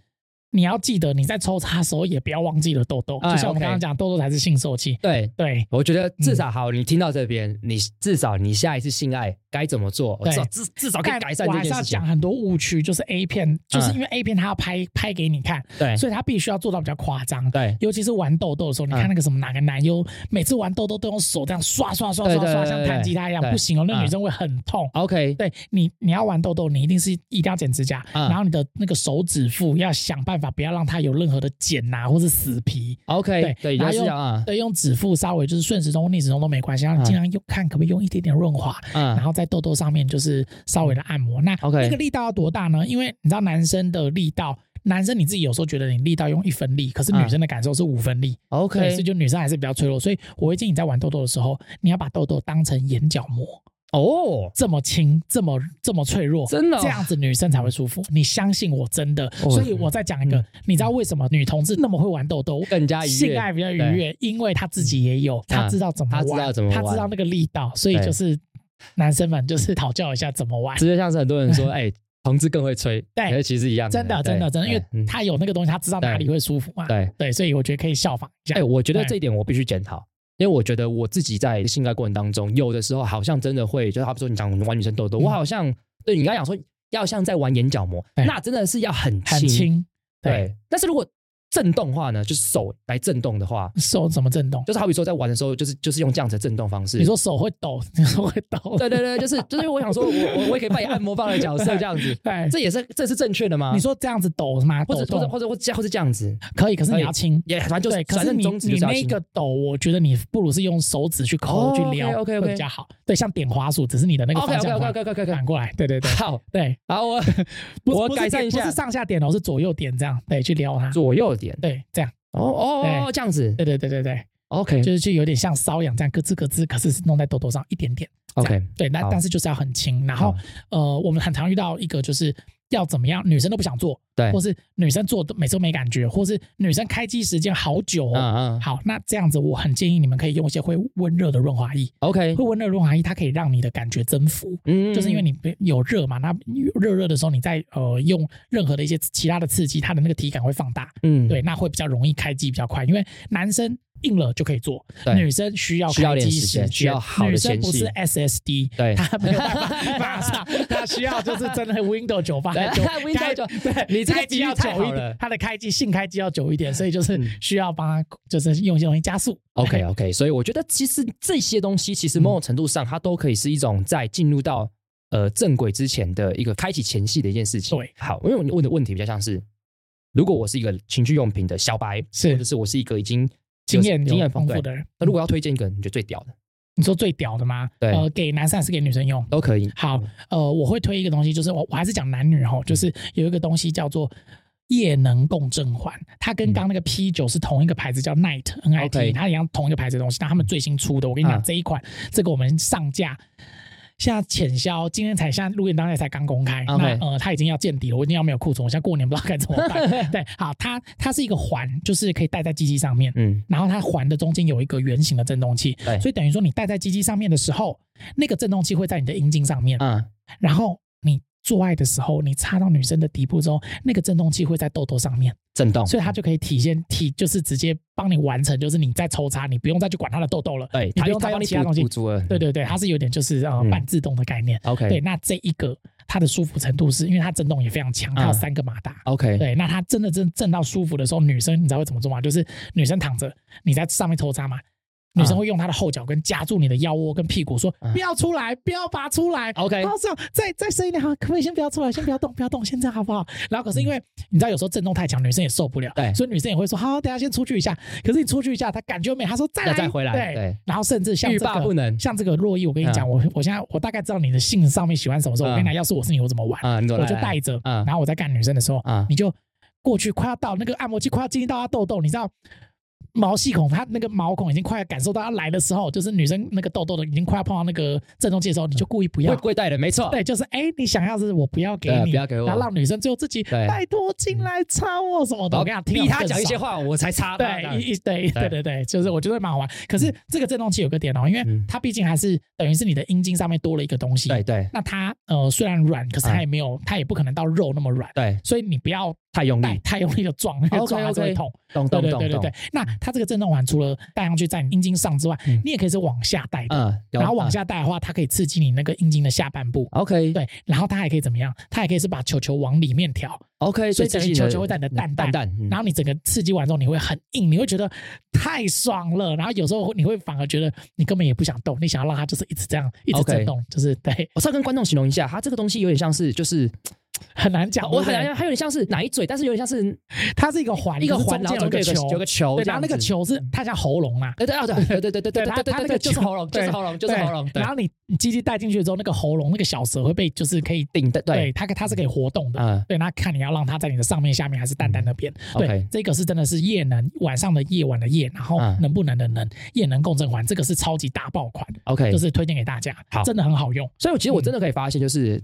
Speaker 2: 你要记得你在抽插的时候也不要忘记了痘痘，
Speaker 1: 哎
Speaker 2: 就像我们
Speaker 1: OK
Speaker 2: 刚刚讲，痘痘才是性受器。
Speaker 1: 对，
Speaker 2: 对，
Speaker 1: 我觉得至少好，你听到这边，你至少你下一次性爱该怎么做，我
Speaker 2: 对
Speaker 1: 至少至至少可以
Speaker 2: 但
Speaker 1: 改善
Speaker 2: 我
Speaker 1: 这
Speaker 2: 还是
Speaker 1: 件
Speaker 2: 要
Speaker 1: 事情
Speaker 2: 讲。很多误区，就是 A 片，就是
Speaker 1: 嗯
Speaker 2: 因为 A 片它要拍拍给你看，
Speaker 1: 对
Speaker 2: 所以它必须要做到比较夸张。
Speaker 1: 对
Speaker 2: 尤其是玩痘痘的时候，你
Speaker 1: 哎嗯
Speaker 2: 看那个什么哪个男优，每次玩痘痘都用手这样刷刷刷
Speaker 1: 对
Speaker 2: 刷
Speaker 1: 对
Speaker 2: 刷，
Speaker 1: 对
Speaker 2: 像
Speaker 1: 对
Speaker 2: 弹
Speaker 1: 对
Speaker 2: 吉他一样，
Speaker 1: 对
Speaker 2: 不行哦，那
Speaker 1: 嗯
Speaker 2: 女生会很痛。
Speaker 1: ，OK，
Speaker 2: 对你，你要玩痘痘，你一定是一定要剪指甲，
Speaker 1: 嗯
Speaker 2: 然后你的那个手指腹要想办法不要让它有任何的茧呐、或是死皮。
Speaker 1: OK，对，
Speaker 2: 对
Speaker 1: 原来
Speaker 2: 然后
Speaker 1: 是
Speaker 2: 用
Speaker 1: 这样啊，
Speaker 2: 对，用指腹稍微就是顺时钟、逆时钟都没关系，然后尽量用看可不可以用一点点润滑，
Speaker 1: 嗯
Speaker 2: 然后在痘痘上面就是稍微的按摩。那
Speaker 1: OK
Speaker 2: 那个力道要多大呢？因为你知道男生的力道，男生你自己有时候觉得你力道用一分力，可是女
Speaker 1: 嗯
Speaker 2: 生的感受是五分力，对，所以
Speaker 1: ，OK，
Speaker 2: 就女生还是比较脆弱。所以我会建议你在玩痘痘的时候，你要把痘痘当成眼角膜，
Speaker 1: 哦，
Speaker 2: 这么轻，这么这么脆弱，
Speaker 1: 真的哦
Speaker 2: 这样子女生才会舒服。你相信我，真的。
Speaker 1: 哦
Speaker 2: 所以我再讲一个
Speaker 1: 嗯，
Speaker 2: 你知道为什么女同志那么会玩痘痘？
Speaker 1: 更加愉
Speaker 2: 性
Speaker 1: 悦，
Speaker 2: 爱比较愉悦，因为她自己也有，她知道怎么
Speaker 1: 她嗯知
Speaker 2: 玩，
Speaker 1: 道怎么
Speaker 2: 她
Speaker 1: 玩
Speaker 2: 知道那个力道，所以
Speaker 1: 对
Speaker 2: 就是男生们就是讨教一下怎么玩。
Speaker 1: 这就像是很多人
Speaker 2: [LAUGHS]
Speaker 1: 说，哎，同志更会吹，
Speaker 2: 对
Speaker 1: 可是其实一样，
Speaker 2: 真的，
Speaker 1: 对
Speaker 2: 真的，真的，因
Speaker 1: 对
Speaker 2: 为
Speaker 1: 嗯
Speaker 2: 她有那个东西，她知道哪里会舒服嘛。
Speaker 1: 对。
Speaker 2: 对，所以我觉得可以效仿一下
Speaker 1: 哎、。我觉得
Speaker 2: 对
Speaker 1: 这一点我必须检讨，因为我觉得我自己在性爱过程当中，有的时候好像真的会，就是好比说你讲玩女生痘痘，
Speaker 2: 嗯
Speaker 1: 我好像对你刚才讲说要像在玩眼角膜，
Speaker 2: 对
Speaker 1: 那真的是要很轻，
Speaker 2: 很轻，对，
Speaker 1: 对。但是如果震动的话呢，就是手来震动的话，
Speaker 2: 手怎么震动？
Speaker 1: 就是好比说在玩的时候，就是就是用这样子的震动方式。
Speaker 2: 你说手会抖， [LAUGHS] 你说会抖，，
Speaker 1: 对对对，就是 [LAUGHS] 就是因为我想说我，我我也可以扮演按摩棒的角色这样子
Speaker 2: [LAUGHS] 对
Speaker 1: 这也是这是正确的吗？
Speaker 2: 你说这样子抖吗？
Speaker 1: 或者或者
Speaker 2: 抖动
Speaker 1: 或者或者或者这样子，
Speaker 2: 可以，可是
Speaker 1: 可
Speaker 2: 你
Speaker 1: 以
Speaker 2: 要轻，
Speaker 1: 也反正就是
Speaker 2: 对，可
Speaker 1: 反
Speaker 2: 是
Speaker 1: 正
Speaker 2: 你
Speaker 1: 中指就
Speaker 2: 你
Speaker 1: 是要
Speaker 2: 那
Speaker 1: 轻
Speaker 2: 个抖，我觉得你不如是用手指去抠
Speaker 1: 哦
Speaker 2: 去撩
Speaker 1: OK，OK，OK 哦
Speaker 2: 会比较好。对，像点花束，只是你的那个
Speaker 1: OK
Speaker 2: 方
Speaker 1: OK
Speaker 2: 向
Speaker 1: OK
Speaker 2: 盘
Speaker 1: OK OK OK，
Speaker 2: 反过来。对对对
Speaker 1: 好，
Speaker 2: 对，
Speaker 1: 好，我
Speaker 2: 不是
Speaker 1: 我
Speaker 2: 不是
Speaker 1: 改善
Speaker 2: 点
Speaker 1: 一下
Speaker 2: 不是上下点哦，是左右点这样，对，去撩它。
Speaker 1: 左右点，
Speaker 2: 对，这样，
Speaker 1: 哦哦哦，这样子
Speaker 2: 对对对对对，
Speaker 1: ，OK
Speaker 2: 就是就有点像瘙痒这样，咯吱咯吱，可是是弄在痘痘上一点点。这
Speaker 1: OK，
Speaker 2: 样对，那
Speaker 1: 好
Speaker 2: 但是就是要很轻。然后
Speaker 1: 好
Speaker 2: 呃，我们很常遇到一个就是要怎么样，女生都不想做，
Speaker 1: 对，
Speaker 2: 或是女生做都每次都没感觉，或是女生开机时间好久哦，
Speaker 1: 嗯嗯
Speaker 2: 好，那这样子我很建议你们可以用一些会温热的润滑液，
Speaker 1: ，OK，
Speaker 2: 会温热的润滑液它可以让你的感觉增幅，
Speaker 1: 嗯
Speaker 2: 就是因为你不有热嘛，那热热的时候你再呃用任何的一些其他的刺激，它的那个体感会放大，
Speaker 1: 嗯
Speaker 2: 对，那会比较容易开机比较快，因为男生。硬了就可以做，
Speaker 1: 对
Speaker 2: 女生需要
Speaker 1: 需要
Speaker 2: 开
Speaker 1: 点
Speaker 2: 机
Speaker 1: 时
Speaker 2: 时
Speaker 1: 间
Speaker 2: 间，
Speaker 1: 需要好的
Speaker 2: 女生
Speaker 1: 前
Speaker 2: 不
Speaker 1: 戏
Speaker 2: 是 SSD，
Speaker 1: 对
Speaker 2: [LAUGHS] 她没有办法
Speaker 1: [LAUGHS]
Speaker 2: 马上，她需要就是真的 Windows 九八
Speaker 1: 对 Windows
Speaker 2: 对，
Speaker 1: 你这个
Speaker 2: 开机
Speaker 1: 比喻
Speaker 2: 要
Speaker 1: 太
Speaker 2: 久
Speaker 1: 好
Speaker 2: 一
Speaker 1: 了
Speaker 2: 点，它的开机性开机要久一点，所以就是
Speaker 1: 嗯
Speaker 2: 需要帮它就是用一些东西加速。
Speaker 1: OK OK，所以我觉得其实这些东西其实某种程度上它都可以是一种在进入到呃正轨之前的一个开启前戏的一件事情。
Speaker 2: 对，
Speaker 1: 好，因为你问的问题比较像是，如果我是一个情趣用品的小白，或者
Speaker 2: 是
Speaker 1: 是我是一个已经
Speaker 2: [LAUGHS] 经验
Speaker 1: 经验
Speaker 2: 丰富
Speaker 1: 对
Speaker 2: 的人，
Speaker 1: 那如果要推荐一个，你觉得最屌的
Speaker 2: 你说最屌的吗？
Speaker 1: 对
Speaker 2: 呃，给男生还是给女生用？
Speaker 1: 都可以。
Speaker 2: 好，
Speaker 1: 嗯
Speaker 2: 呃，我会推一个东西，就是我我还是讲男女哈，就是有一个东西叫做液能共振环，它跟刚刚那个 P 九是同一个牌子，叫 Night N I
Speaker 1: 嗯 OK
Speaker 2: T，它一样同一个牌子的东西。那他们最新出的，我跟你
Speaker 1: 啊
Speaker 2: 讲这一款，这个我们上架。现在浅销，今天才现在录影当天才刚公开
Speaker 1: OK
Speaker 2: 那呃，它已经要见底了，我已经要没有库存，我现在过年不知道该怎么
Speaker 1: [LAUGHS]
Speaker 2: 办。对，好，它它是一个环，就是可以戴在机器上面，
Speaker 1: 嗯，
Speaker 2: 然后它环的中间有一个圆形的振动器
Speaker 1: 对，
Speaker 2: 所以等于说你戴在机器上面的时候，那个振动器会在你的阴茎上面，
Speaker 1: 啊，
Speaker 2: 然后你做爱的时候，你插到女生的底部之后，那个振动器会在痘痘上面，
Speaker 1: 震动，
Speaker 2: 所以它就可以体现体，就是直接帮你完成，就是你在抽插，你不用再去管它的痘痘了，
Speaker 1: 对，
Speaker 2: 你
Speaker 1: 它
Speaker 2: 不用
Speaker 1: 它帮
Speaker 2: 再用
Speaker 1: 你
Speaker 2: 其他东
Speaker 1: 补
Speaker 2: 西
Speaker 1: 补。足了。
Speaker 2: 对对对，它是有点就是呃
Speaker 1: 嗯
Speaker 2: 半自动的概念。
Speaker 1: ，OK，
Speaker 2: 对，那这一个它的舒服程度是因为它震动也非常强，它有
Speaker 1: 嗯
Speaker 2: 三个马达。
Speaker 1: ，OK，
Speaker 2: 对，那它真的真震到舒服的时候，女生你知道会怎么做吗？就是女生躺着，你在上面抽插嘛，女
Speaker 1: 啊
Speaker 2: 生会用她的后脚跟夹住你的腰窝跟屁股，说、
Speaker 1: 嗯
Speaker 2: 不要出来，不要拔出来。
Speaker 1: 哦 OK
Speaker 2: 然后这样再再深一点，好，可不可以先不要出来，先不要动，不要动，先这样好不好？然后可是因为你知道有时候震动太强，女生也受不了，
Speaker 1: 嗯对
Speaker 2: 所以女生也会说好，等一下先出去一下。可是你出去一下，她感觉美，她说再
Speaker 1: 要
Speaker 2: 来
Speaker 1: 再回来
Speaker 2: 对。
Speaker 1: 对
Speaker 2: 然后甚至像
Speaker 1: 欲
Speaker 2: 这个
Speaker 1: 罢不能
Speaker 2: 像这个洛伊，我跟你讲，
Speaker 1: 嗯
Speaker 2: 我我现在我大概知道你的性上面喜欢什么时候。我跟你讲，要是我是你，我怎么玩？
Speaker 1: 啊，你怎么
Speaker 2: 我
Speaker 1: 来
Speaker 2: 就
Speaker 1: 来
Speaker 2: 带着，
Speaker 1: 嗯
Speaker 2: 然后我在干女生的时候，
Speaker 1: 啊
Speaker 2: 你就过去快要到那个按摩器快要接近到她痘痘，你知道毛细孔它那个毛孔已经快要感受到它来的时候，就是女生那个痘痘的已经快要碰到那个震动器的时候，你就故意不要
Speaker 1: 会。贵带的，没错，
Speaker 2: 对，就是哎、你想要是我不要给
Speaker 1: 对啊
Speaker 2: 你，
Speaker 1: 不要给我
Speaker 2: 然后让女生最后自己
Speaker 1: 对
Speaker 2: 拜托进来插我什么的。我跟你讲，听
Speaker 1: 逼
Speaker 2: 了
Speaker 1: 他
Speaker 2: 更
Speaker 1: 讲一些
Speaker 2: 爽
Speaker 1: 话，我才插他这样
Speaker 2: 对，一一对
Speaker 1: 对
Speaker 2: 对对对，就是我觉得蛮好玩。可是这个振动器有个点哦，因为
Speaker 1: 嗯
Speaker 2: 它毕竟还是等于是你的阴茎上面多了一个东西。
Speaker 1: 对对
Speaker 2: 那它呃虽然软，可是
Speaker 1: 嗯
Speaker 2: 它也没有，它也不可能到肉那么软，
Speaker 1: 对，
Speaker 2: 所以你不要
Speaker 1: 太用
Speaker 2: 带
Speaker 1: 力，
Speaker 2: 太用力的撞， [LAUGHS] 那个
Speaker 1: OK，
Speaker 2: 撞还是会
Speaker 1: OK
Speaker 2: 痛。
Speaker 1: 咚咚
Speaker 2: 对对
Speaker 1: 咚
Speaker 2: 对对
Speaker 1: 咚
Speaker 2: 对，。那它这个震动环除了带上去在你阴茎上之外
Speaker 1: 嗯，
Speaker 2: 你也可以是往下带的。
Speaker 1: 嗯，有
Speaker 2: 然后往下带的话，它可以刺激你那个阴茎的下半部。
Speaker 1: 嗯，OK
Speaker 2: 对，然后它还可以怎么样？它还可以是把球球往里面调，
Speaker 1: OK，
Speaker 2: 所以
Speaker 1: 这
Speaker 2: 等于
Speaker 1: 是你的
Speaker 2: 球球会在你的蛋
Speaker 1: 蛋
Speaker 2: 蛋
Speaker 1: 蛋，嗯
Speaker 2: 然后你整个刺激完之后，你会很硬，你会觉得太爽了。然后有时候你会反而觉得你根本也不想动，你想要让它就是一直这样一直
Speaker 1: OK
Speaker 2: 震动，就是对
Speaker 1: 我再跟观众形容一下，它这个东西有点像是就是哦
Speaker 2: 很难讲，
Speaker 1: 我
Speaker 2: 对不
Speaker 1: 很
Speaker 2: 对
Speaker 1: 难，它有点像是奶嘴，但是有点像是
Speaker 2: 它是一个环，
Speaker 1: 一个
Speaker 2: 啊可是
Speaker 1: 环，然
Speaker 2: 中
Speaker 1: 后
Speaker 2: 间
Speaker 1: 中间有
Speaker 2: 有一
Speaker 1: 个
Speaker 2: 个
Speaker 1: 球，有个球，
Speaker 2: 对，然后那个，球
Speaker 1: 嗯
Speaker 2: 是它像喉咙啦，
Speaker 1: 呃，对，啊对，对，对，对，对，对，
Speaker 2: 它
Speaker 1: 对，对，
Speaker 2: 它那
Speaker 1: 对，
Speaker 2: 个
Speaker 1: 就是
Speaker 2: 球
Speaker 1: 喉咙，就是
Speaker 2: 对
Speaker 1: 喉咙，就是
Speaker 2: 对
Speaker 1: 喉咙，对
Speaker 2: 然，后你你鸡鸡带进去之后，那个喉咙那个小蛇会被就是可以，
Speaker 1: 顶的，
Speaker 2: 对
Speaker 1: 对，
Speaker 2: 它它是可以活动的。
Speaker 1: 嗯，
Speaker 2: 对，那看你要让它在你的上面、下面还是蛋蛋那边。对
Speaker 1: OK
Speaker 2: 这个是真的是夜能晚上的夜晚的夜，然后
Speaker 1: 嗯
Speaker 2: 能不能的能夜能共振环，这个是超级大爆款，
Speaker 1: ，OK，
Speaker 2: 就是嗯推荐给大家
Speaker 1: 好，
Speaker 2: 真的很好用。
Speaker 1: 所以，我其实我真的可以发现，就是、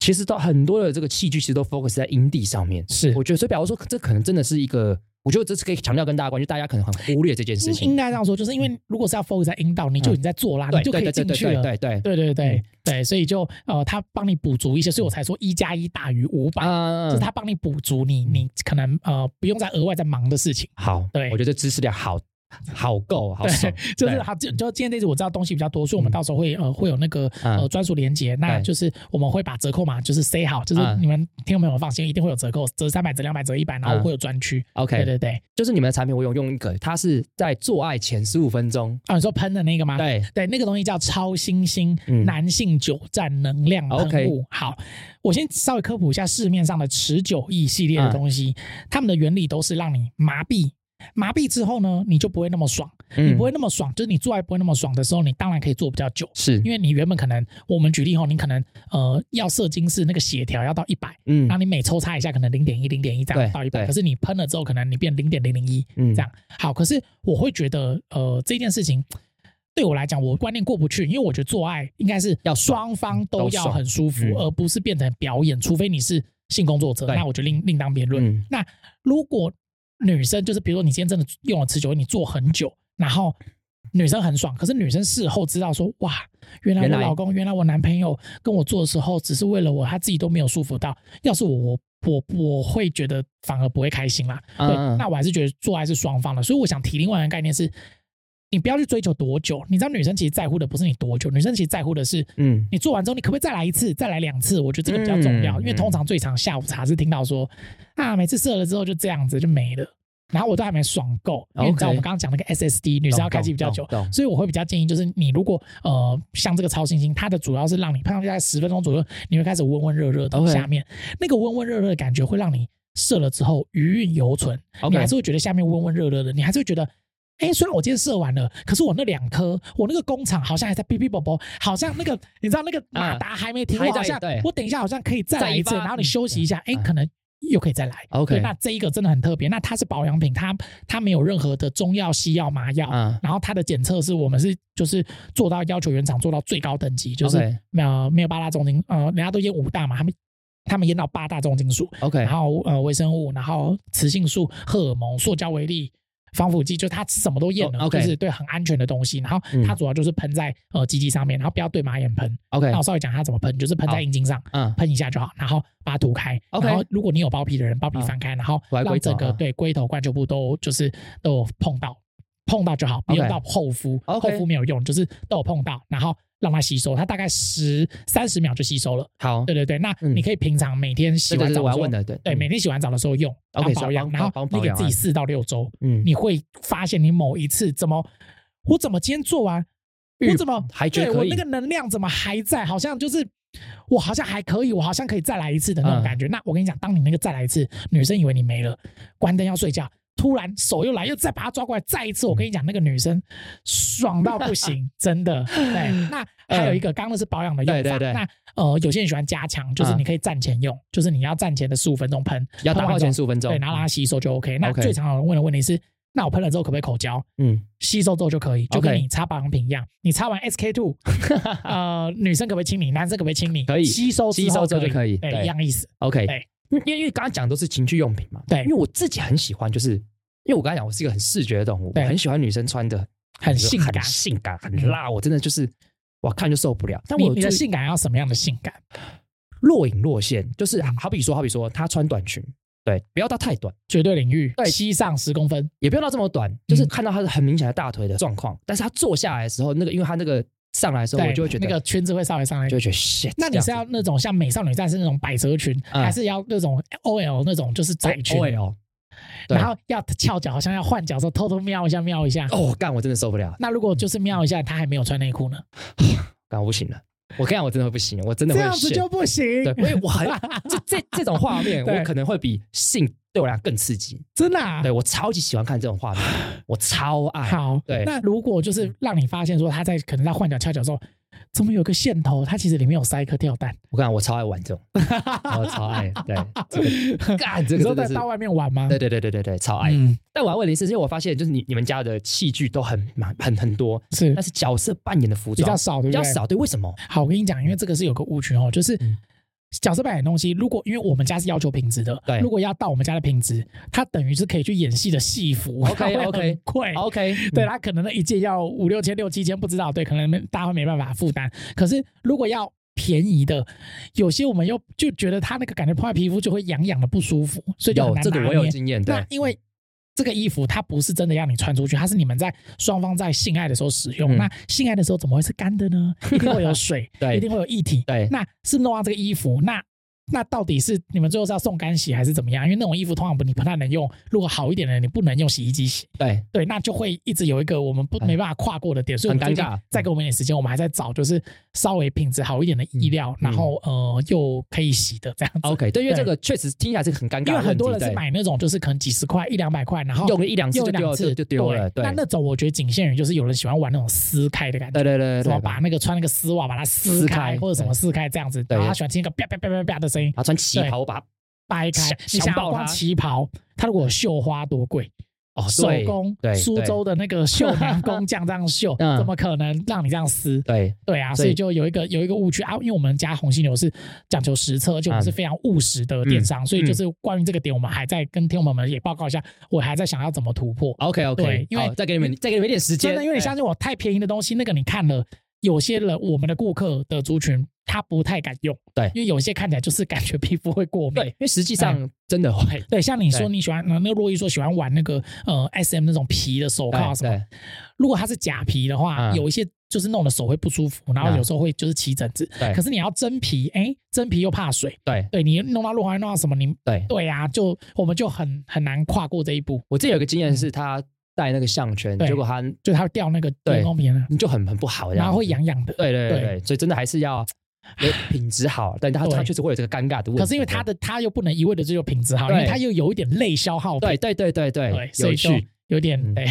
Speaker 1: 其实都很多的这个器具，其实都 focus 在阴蒂上面。
Speaker 2: 是
Speaker 1: 我觉得，所以，比方说，这可能真的是一个，我觉得这是可以强调跟大家关注，大家可能很忽略这件事
Speaker 2: 应
Speaker 1: 情。
Speaker 2: 该这样说，就是因为如果是要 focus 在阴道，你就已经在做啦，
Speaker 1: 对
Speaker 2: 你就可
Speaker 1: 对
Speaker 2: 以
Speaker 1: 对对
Speaker 2: 进
Speaker 1: 对
Speaker 2: 去
Speaker 1: 对
Speaker 2: 了。
Speaker 1: 对对，
Speaker 2: 对对对
Speaker 1: 嗯
Speaker 2: 对，所以就呃，他帮你补足一些，所以我才说一加一大于五百，
Speaker 1: 啊
Speaker 2: 就是他帮你补足你你可能呃不用再额外再忙的事情。
Speaker 1: 好，
Speaker 2: 对
Speaker 1: 我觉得知识量好好够，好爽
Speaker 2: 对，，就是
Speaker 1: 对
Speaker 2: 好，就就今天这次我知道东西比较多，所以我们
Speaker 1: 嗯
Speaker 2: 到时候会呃会有那个
Speaker 1: 嗯
Speaker 2: 呃专属连接，那
Speaker 1: 对
Speaker 2: 就是我们会把折扣码就是 say 好，就是
Speaker 1: 嗯
Speaker 2: 你们听众朋友放心，一定会有折扣，折三百、折两百、折一百，然后
Speaker 1: 嗯
Speaker 2: 会有专区。
Speaker 1: OK，
Speaker 2: 对对对，
Speaker 1: 就是你们的产品，我有用一个，它是在做爱前十五分钟，
Speaker 2: 啊，你说喷的那个吗？
Speaker 1: 对，
Speaker 2: 对，那个东西叫超新星
Speaker 1: 嗯
Speaker 2: 男性久战能量喷
Speaker 1: OK
Speaker 2: 雾。好，我先稍微科普一下市面上的持久液系
Speaker 1: 嗯
Speaker 2: 列的东西，它们的原理都是让你麻痹。麻痹之后呢，你就不会那么爽，
Speaker 1: 嗯
Speaker 2: 你不会那么爽，就是你做爱不会那么爽的时候，你当然可以做比较久，
Speaker 1: 是，
Speaker 2: 因为你原本可能，我们举例后，你可能呃要射精是那个血条要到一百，
Speaker 1: 嗯
Speaker 2: 那你每抽插一下可能零点一、零点一这样
Speaker 1: 对
Speaker 2: 到一百，
Speaker 1: 对
Speaker 2: 可是你喷了之后，可能你变零点零零一，
Speaker 1: 嗯
Speaker 2: 这样好。可是我会觉得，呃，这件事情对我来讲，我观念过不去，因为我觉得做爱应该是
Speaker 1: 要爽
Speaker 2: 双方都
Speaker 1: 都
Speaker 2: 要
Speaker 1: 爽
Speaker 2: 很舒服，
Speaker 1: 嗯
Speaker 2: 而不是变成表演，除非你是性工作者，
Speaker 1: 对
Speaker 2: 那我就另另当别论。
Speaker 1: 嗯
Speaker 2: 那如果女生就是，比如说你今天真的用了持久，你做很久，然后女生很爽，可是女生事后知道说，哇，原来我
Speaker 1: 原来
Speaker 2: 老公，原来我男朋友跟我做的时候，只是为了我，他自己都没有舒服到。要是我，我我我会觉得反而不会开心啦。
Speaker 1: 嗯
Speaker 2: 对，
Speaker 1: 嗯
Speaker 2: 那我还是觉得做爱是双方的，所以我想提另外一个概念是，你不要去追求多久，你知道女生其实在乎的不是你多久，女生其实在乎的是
Speaker 1: 嗯
Speaker 2: 你做完之后，你可不可以再来一次，再来两次？我觉得这个比较重要，
Speaker 1: 嗯
Speaker 2: 因为通常最常下午茶是听到说啊，每次射了之后就这样子就没了，然后我都还没爽够。因为你知
Speaker 1: OK
Speaker 2: 道我们刚刚讲那个 SSD，女生要开机比较久
Speaker 1: 懂懂懂，
Speaker 2: 所以我会比较建议就是你如果呃像这个超新星，它的主要是让你碰上在十分钟左右，你会开始温温热热的
Speaker 1: OK
Speaker 2: 下面那个温温热热的感觉会让你射了之后余韵犹存，你还
Speaker 1: ，OK，
Speaker 2: 是会觉得下面温温热热的，你还是会觉得。哎，虽然我今天射完了，可是我那两颗，我那个工厂好像还在哔哔啵啵，好像那个你知道那个马达还没停，
Speaker 1: 啊还
Speaker 2: 我
Speaker 1: 在
Speaker 2: 好像
Speaker 1: 对
Speaker 2: 我等一下好像可以再来一次，
Speaker 1: 再一发
Speaker 2: 然后你休息一下，哎、
Speaker 1: 嗯啊
Speaker 2: 可能又可以再来。
Speaker 1: OK
Speaker 2: 对那这一个真的很特别，那它是保养品，它它没有任何的中药、西药、麻药，
Speaker 1: 嗯
Speaker 2: 然后它的检测是我们是就是做到要求原厂做到最高等级，就是呃没有八大重金，呃人家都验五大嘛，他们他们验到八大重金属，
Speaker 1: OK，
Speaker 2: 然后呃微生物，然后雌性素、荷尔蒙、塑胶微粒、防腐剂，就它什么都验了，
Speaker 1: 哦，OK
Speaker 2: 就是对很安全的东西。然后
Speaker 1: 嗯
Speaker 2: 它主要就是喷在呃鸡鸡上面，然后不要对马眼喷。
Speaker 1: OK，
Speaker 2: 那我稍微讲它怎么喷，就是喷
Speaker 1: 哎好
Speaker 2: 在阴茎上。
Speaker 1: 嗯
Speaker 2: 喷一下就好，然后把它涂开。
Speaker 1: OK
Speaker 2: 然后如果你有包皮的人，包皮
Speaker 1: 啊
Speaker 2: 翻开，然后
Speaker 1: 我还
Speaker 2: 让
Speaker 1: 龟头
Speaker 2: 整个
Speaker 1: 啊
Speaker 2: 对龟头、冠球部都就是都有碰到，碰到就好，不
Speaker 1: OK
Speaker 2: 用到厚敷。
Speaker 1: OK
Speaker 2: 厚敷没有用，就是都有碰到，然后让它吸收，它大概十三十秒就吸收了。
Speaker 1: 好，
Speaker 2: 对对对，那
Speaker 1: 嗯
Speaker 2: 你可以平常每天洗
Speaker 1: 这个
Speaker 2: 完
Speaker 1: 是
Speaker 2: 澡
Speaker 1: 我
Speaker 2: 的
Speaker 1: 要
Speaker 2: 时候
Speaker 1: 问，的，对
Speaker 2: 对，
Speaker 1: 嗯
Speaker 2: 每天洗完澡的时候用，然
Speaker 1: OK，
Speaker 2: 后保
Speaker 1: 是要
Speaker 2: 养，
Speaker 1: 帮
Speaker 2: 然后
Speaker 1: 帮
Speaker 2: 你
Speaker 1: 保
Speaker 2: 给
Speaker 1: 养
Speaker 2: 自己
Speaker 1: 啊
Speaker 2: 四到六周，
Speaker 1: 嗯
Speaker 2: 你会发现你某一次怎么，我怎么今天做完，我
Speaker 1: 嗯
Speaker 2: 怎么
Speaker 1: 还觉得
Speaker 2: 对
Speaker 1: 可
Speaker 2: 我
Speaker 1: 以
Speaker 2: 那个能量怎么还在，好像就是。我好像还可以，我好像可以再来一次的那
Speaker 1: 嗯
Speaker 2: 种感觉。那我跟你讲，当你那个再来一次，女生以为你没了，关灯要睡觉，突然手又来，又再把她抓过来，再一
Speaker 1: 嗯
Speaker 2: 次。我跟你讲，那个女生爽到
Speaker 1: [LAUGHS]
Speaker 2: 不行，真的。对，那还有一个，刚刚那是保养的用法。
Speaker 1: 嗯对对对
Speaker 2: 那呃，有些人喜欢加强，就是
Speaker 1: 嗯
Speaker 2: 你可以站前用，就是你要站前的十五分钟喷，
Speaker 1: 要
Speaker 2: 喷
Speaker 1: 打
Speaker 2: 完
Speaker 1: 泡
Speaker 2: 之后
Speaker 1: 前十五分钟，
Speaker 2: 对，然后让它吸收就 OK。那
Speaker 1: OK
Speaker 2: 最常有人问的问题是，那我喷了之后可不可以口交？
Speaker 1: 嗯
Speaker 2: 吸收之后就可以，就跟
Speaker 1: OK
Speaker 2: 你擦保养品一样，你擦完 SK
Speaker 1: [LAUGHS]
Speaker 2: two，呃，女生可不可以亲你？男生可不可以亲你？
Speaker 1: 可以
Speaker 2: 吸收
Speaker 1: 吸收之
Speaker 2: 之
Speaker 1: 后
Speaker 2: 后
Speaker 1: 就可以
Speaker 2: 对，
Speaker 1: 对
Speaker 2: 一样意思。
Speaker 1: ，OK，
Speaker 2: 对
Speaker 1: 因为因为刚刚讲的都是情趣用品嘛，
Speaker 2: 对
Speaker 1: 因为我自己很喜欢，就是因为我刚才讲我是一个很视觉的动物，我
Speaker 2: 对
Speaker 1: 很喜欢女生穿的
Speaker 2: 很性感嗯
Speaker 1: 很性感、很辣，我真的就是我看就受不了。但
Speaker 2: 你
Speaker 1: 我
Speaker 2: 你的
Speaker 1: 就是
Speaker 2: 性感要什么样的性感？
Speaker 1: 若隐若现，就是
Speaker 2: 嗯
Speaker 1: 好比说，好比说她穿短裙，对，不要到太短，
Speaker 2: 绝对领域，
Speaker 1: 对
Speaker 2: 膝上十公分，
Speaker 1: 也不要到这么短，
Speaker 2: 嗯
Speaker 1: 就是看到她的很明显的大腿的状况，但是她坐下来的时候，那个因为她那个上来的时候，
Speaker 2: 对，
Speaker 1: 我就会觉得
Speaker 2: 那个圈子会稍微上来
Speaker 1: 就。会觉得 shit，
Speaker 2: 那你是要那种像美少女战士那种百褶裙，
Speaker 1: 嗯
Speaker 2: 还是要那种 OL 那种就是窄裙？
Speaker 1: 会哦，对
Speaker 2: 然后要翘脚，好像要换脚的时候偷偷瞄一下瞄一下。
Speaker 1: 哦哦，干我真的受不了，
Speaker 2: 那如果就是瞄一下，她还没有穿内裤呢？
Speaker 1: 干我不行了。我跟你讲，我真的不行，我真的
Speaker 2: 这
Speaker 1: 会
Speaker 2: 样子
Speaker 1: 炫
Speaker 2: 就不行，
Speaker 1: 对，因为我
Speaker 2: [LAUGHS]
Speaker 1: 很这这这种画面，
Speaker 2: 对
Speaker 1: 我可能会比性对我来讲更刺激。
Speaker 2: 真的、啊
Speaker 1: 对。我超级喜欢看这种画面，我超爱。
Speaker 2: 好，
Speaker 1: 对
Speaker 2: 那如果就是让你发现说他在可能在换脚翘脚之后，怎么有个线头，它其实里面有塞一颗吊蛋，
Speaker 1: 我跟你讲，我超爱玩
Speaker 2: [LAUGHS]
Speaker 1: 这种，我超爱。对，这个干这
Speaker 2: 你
Speaker 1: 个
Speaker 2: 说
Speaker 1: 真
Speaker 2: 在
Speaker 1: 的是
Speaker 2: 到，外面玩吗？
Speaker 1: 对对对对对对，超爱。
Speaker 2: 嗯，
Speaker 1: 但我要问林思，是因为我发现就是你你们家的器具都很蛮很很多，
Speaker 2: 是
Speaker 1: 但是角色扮演的服
Speaker 2: 比较
Speaker 1: 装
Speaker 2: 少，对
Speaker 1: 比
Speaker 2: 不
Speaker 1: 较
Speaker 2: 对？
Speaker 1: 少，对？为什么？
Speaker 2: 好，我跟你讲，因为这个是有个误区哦，就是
Speaker 1: 嗯
Speaker 2: 角色扮演的东西，如果因为我们家是要求品质的，
Speaker 1: 对
Speaker 2: 如果要到我们家的品质，它等于是可以去演戏的戏服
Speaker 1: OK，
Speaker 2: 它会
Speaker 1: OK
Speaker 2: 很贵。
Speaker 1: OK，
Speaker 2: 哎
Speaker 1: [LAUGHS]
Speaker 2: 对，
Speaker 1: 嗯
Speaker 2: 啊它可能那一件要五六千、六七千，不知道，对，可能没大家没办法负担。可是如果要便宜的，有些我们又就觉得它那个感觉破坏皮肤就会痒痒的不舒服，所以就很
Speaker 1: 有
Speaker 2: 难
Speaker 1: 这个
Speaker 2: 拿
Speaker 1: 我有
Speaker 2: 捏
Speaker 1: 经验，对
Speaker 2: 那，因为这个衣服它不是真的要你穿出去，它是你们在双方在性爱的时候使用。
Speaker 1: 嗯，
Speaker 2: 那性爱的时候怎么会是干的呢？一定会有水
Speaker 1: 对
Speaker 2: 一定会有液体。
Speaker 1: 对
Speaker 2: 那是弄到这个衣服，那那到底是你们最后是要送干洗还是怎么样？因为那种衣服通常不你不太能用，如果好一点的你不能用洗衣机洗，
Speaker 1: 对，
Speaker 2: 对，那就会一直有一个我们不
Speaker 1: 哎
Speaker 2: 没办法跨过的点，所以我
Speaker 1: 很
Speaker 2: 们最
Speaker 1: 尴
Speaker 2: 近
Speaker 1: 尬
Speaker 2: 再给我们一点时间，我们还在找就是稍微品质好一点的衣料，
Speaker 1: 嗯
Speaker 2: 然后呃又可以洗的这样子。
Speaker 1: OK，对，因为这
Speaker 2: 对
Speaker 1: 个确实听起来是个很尴尬的问题，
Speaker 2: 因为很多人是
Speaker 1: 对
Speaker 2: 买那种就是可能几十块一两百块，然后
Speaker 1: 用了一两次
Speaker 2: 用
Speaker 1: 就丢
Speaker 2: 两
Speaker 1: 了
Speaker 2: 次
Speaker 1: 就就丢了，对
Speaker 2: 那，那种我觉得仅限于就是有人喜欢玩那种撕开的感觉，
Speaker 1: 对对对对
Speaker 2: 什么
Speaker 1: 对，
Speaker 2: 把那个穿那个丝袜把它撕
Speaker 1: 撕
Speaker 2: 开
Speaker 1: 开
Speaker 2: 或者什么
Speaker 1: 对
Speaker 2: 撕开这样子，
Speaker 1: 对
Speaker 2: 然后他喜欢听一个啪啪啪啪啪的声音
Speaker 1: 然后穿旗
Speaker 2: 对
Speaker 1: 袍，我把它
Speaker 2: 掰开
Speaker 1: 强。
Speaker 2: 你想
Speaker 1: 强暴
Speaker 2: 要光
Speaker 1: 它
Speaker 2: 旗袍，它如果有绣花多贵，
Speaker 1: 哦，
Speaker 2: 手
Speaker 1: 对
Speaker 2: 工
Speaker 1: 对，
Speaker 2: 苏
Speaker 1: 对
Speaker 2: 州的那个绣娘工匠这样绣，
Speaker 1: [LAUGHS] 嗯
Speaker 2: 怎么可能让你这样撕？
Speaker 1: 对
Speaker 2: 对啊，所
Speaker 1: 所
Speaker 2: 以
Speaker 1: 以
Speaker 2: 就有一个有一个误区啊，因为我们家红犀牛是讲求实测，而且我们是非常务实的电
Speaker 1: 嗯
Speaker 2: 商，所以就是关于这个点，我们还在跟听众朋友们也报告一下，我还在想要怎么突破。
Speaker 1: ，OK
Speaker 2: 对
Speaker 1: OK，
Speaker 2: 因为
Speaker 1: 再给你们再给你们一点时
Speaker 2: 真
Speaker 1: 间，哎
Speaker 2: 的，因为你相
Speaker 1: 对
Speaker 2: 信我，太便宜的东西，那个你看了，有些人我们的顾客的族群他不太敢用，
Speaker 1: 对
Speaker 2: 因为有些看起来就是感觉皮肤会过敏
Speaker 1: 对，。因为实
Speaker 2: 哎
Speaker 1: 际上真的会，
Speaker 2: 对，像你说
Speaker 1: 对
Speaker 2: 你喜欢，呃那个洛伊说喜欢玩那个呃 S M 那种皮的手铐啊
Speaker 1: 对
Speaker 2: 什么，
Speaker 1: 对
Speaker 2: 如果它是假皮的话，
Speaker 1: 嗯
Speaker 2: 有一些就是弄的手会不舒服，然后
Speaker 1: 嗯
Speaker 2: 有时候会就是起疹子。
Speaker 1: 对
Speaker 2: 可是你要真皮，哎、真皮又怕水，
Speaker 1: 对
Speaker 2: 对你弄到润滑液弄到什么，你
Speaker 1: 对，
Speaker 2: 对啊，就我们就很很难跨过这一步，
Speaker 1: 我之前有个经验是他戴那个项圈，
Speaker 2: 对
Speaker 1: 结果他
Speaker 2: 就它会掉那个
Speaker 1: 对
Speaker 2: 人工皮了，
Speaker 1: 你就很很不好，
Speaker 2: 啊然后会。痒痒的。
Speaker 1: 对对对
Speaker 2: 对
Speaker 1: 对，所以真的还是要有品质好，但他
Speaker 2: 对
Speaker 1: 他确实会有这个尴尬的问题。
Speaker 2: 可是因为它的它又不能一味的追求品质好，因
Speaker 1: 对
Speaker 2: 为它又有一点类消耗品，
Speaker 1: 对对对对对
Speaker 2: 对，所
Speaker 1: 有
Speaker 2: 以就
Speaker 1: 趣。
Speaker 2: 有点
Speaker 1: 嗯
Speaker 2: 对，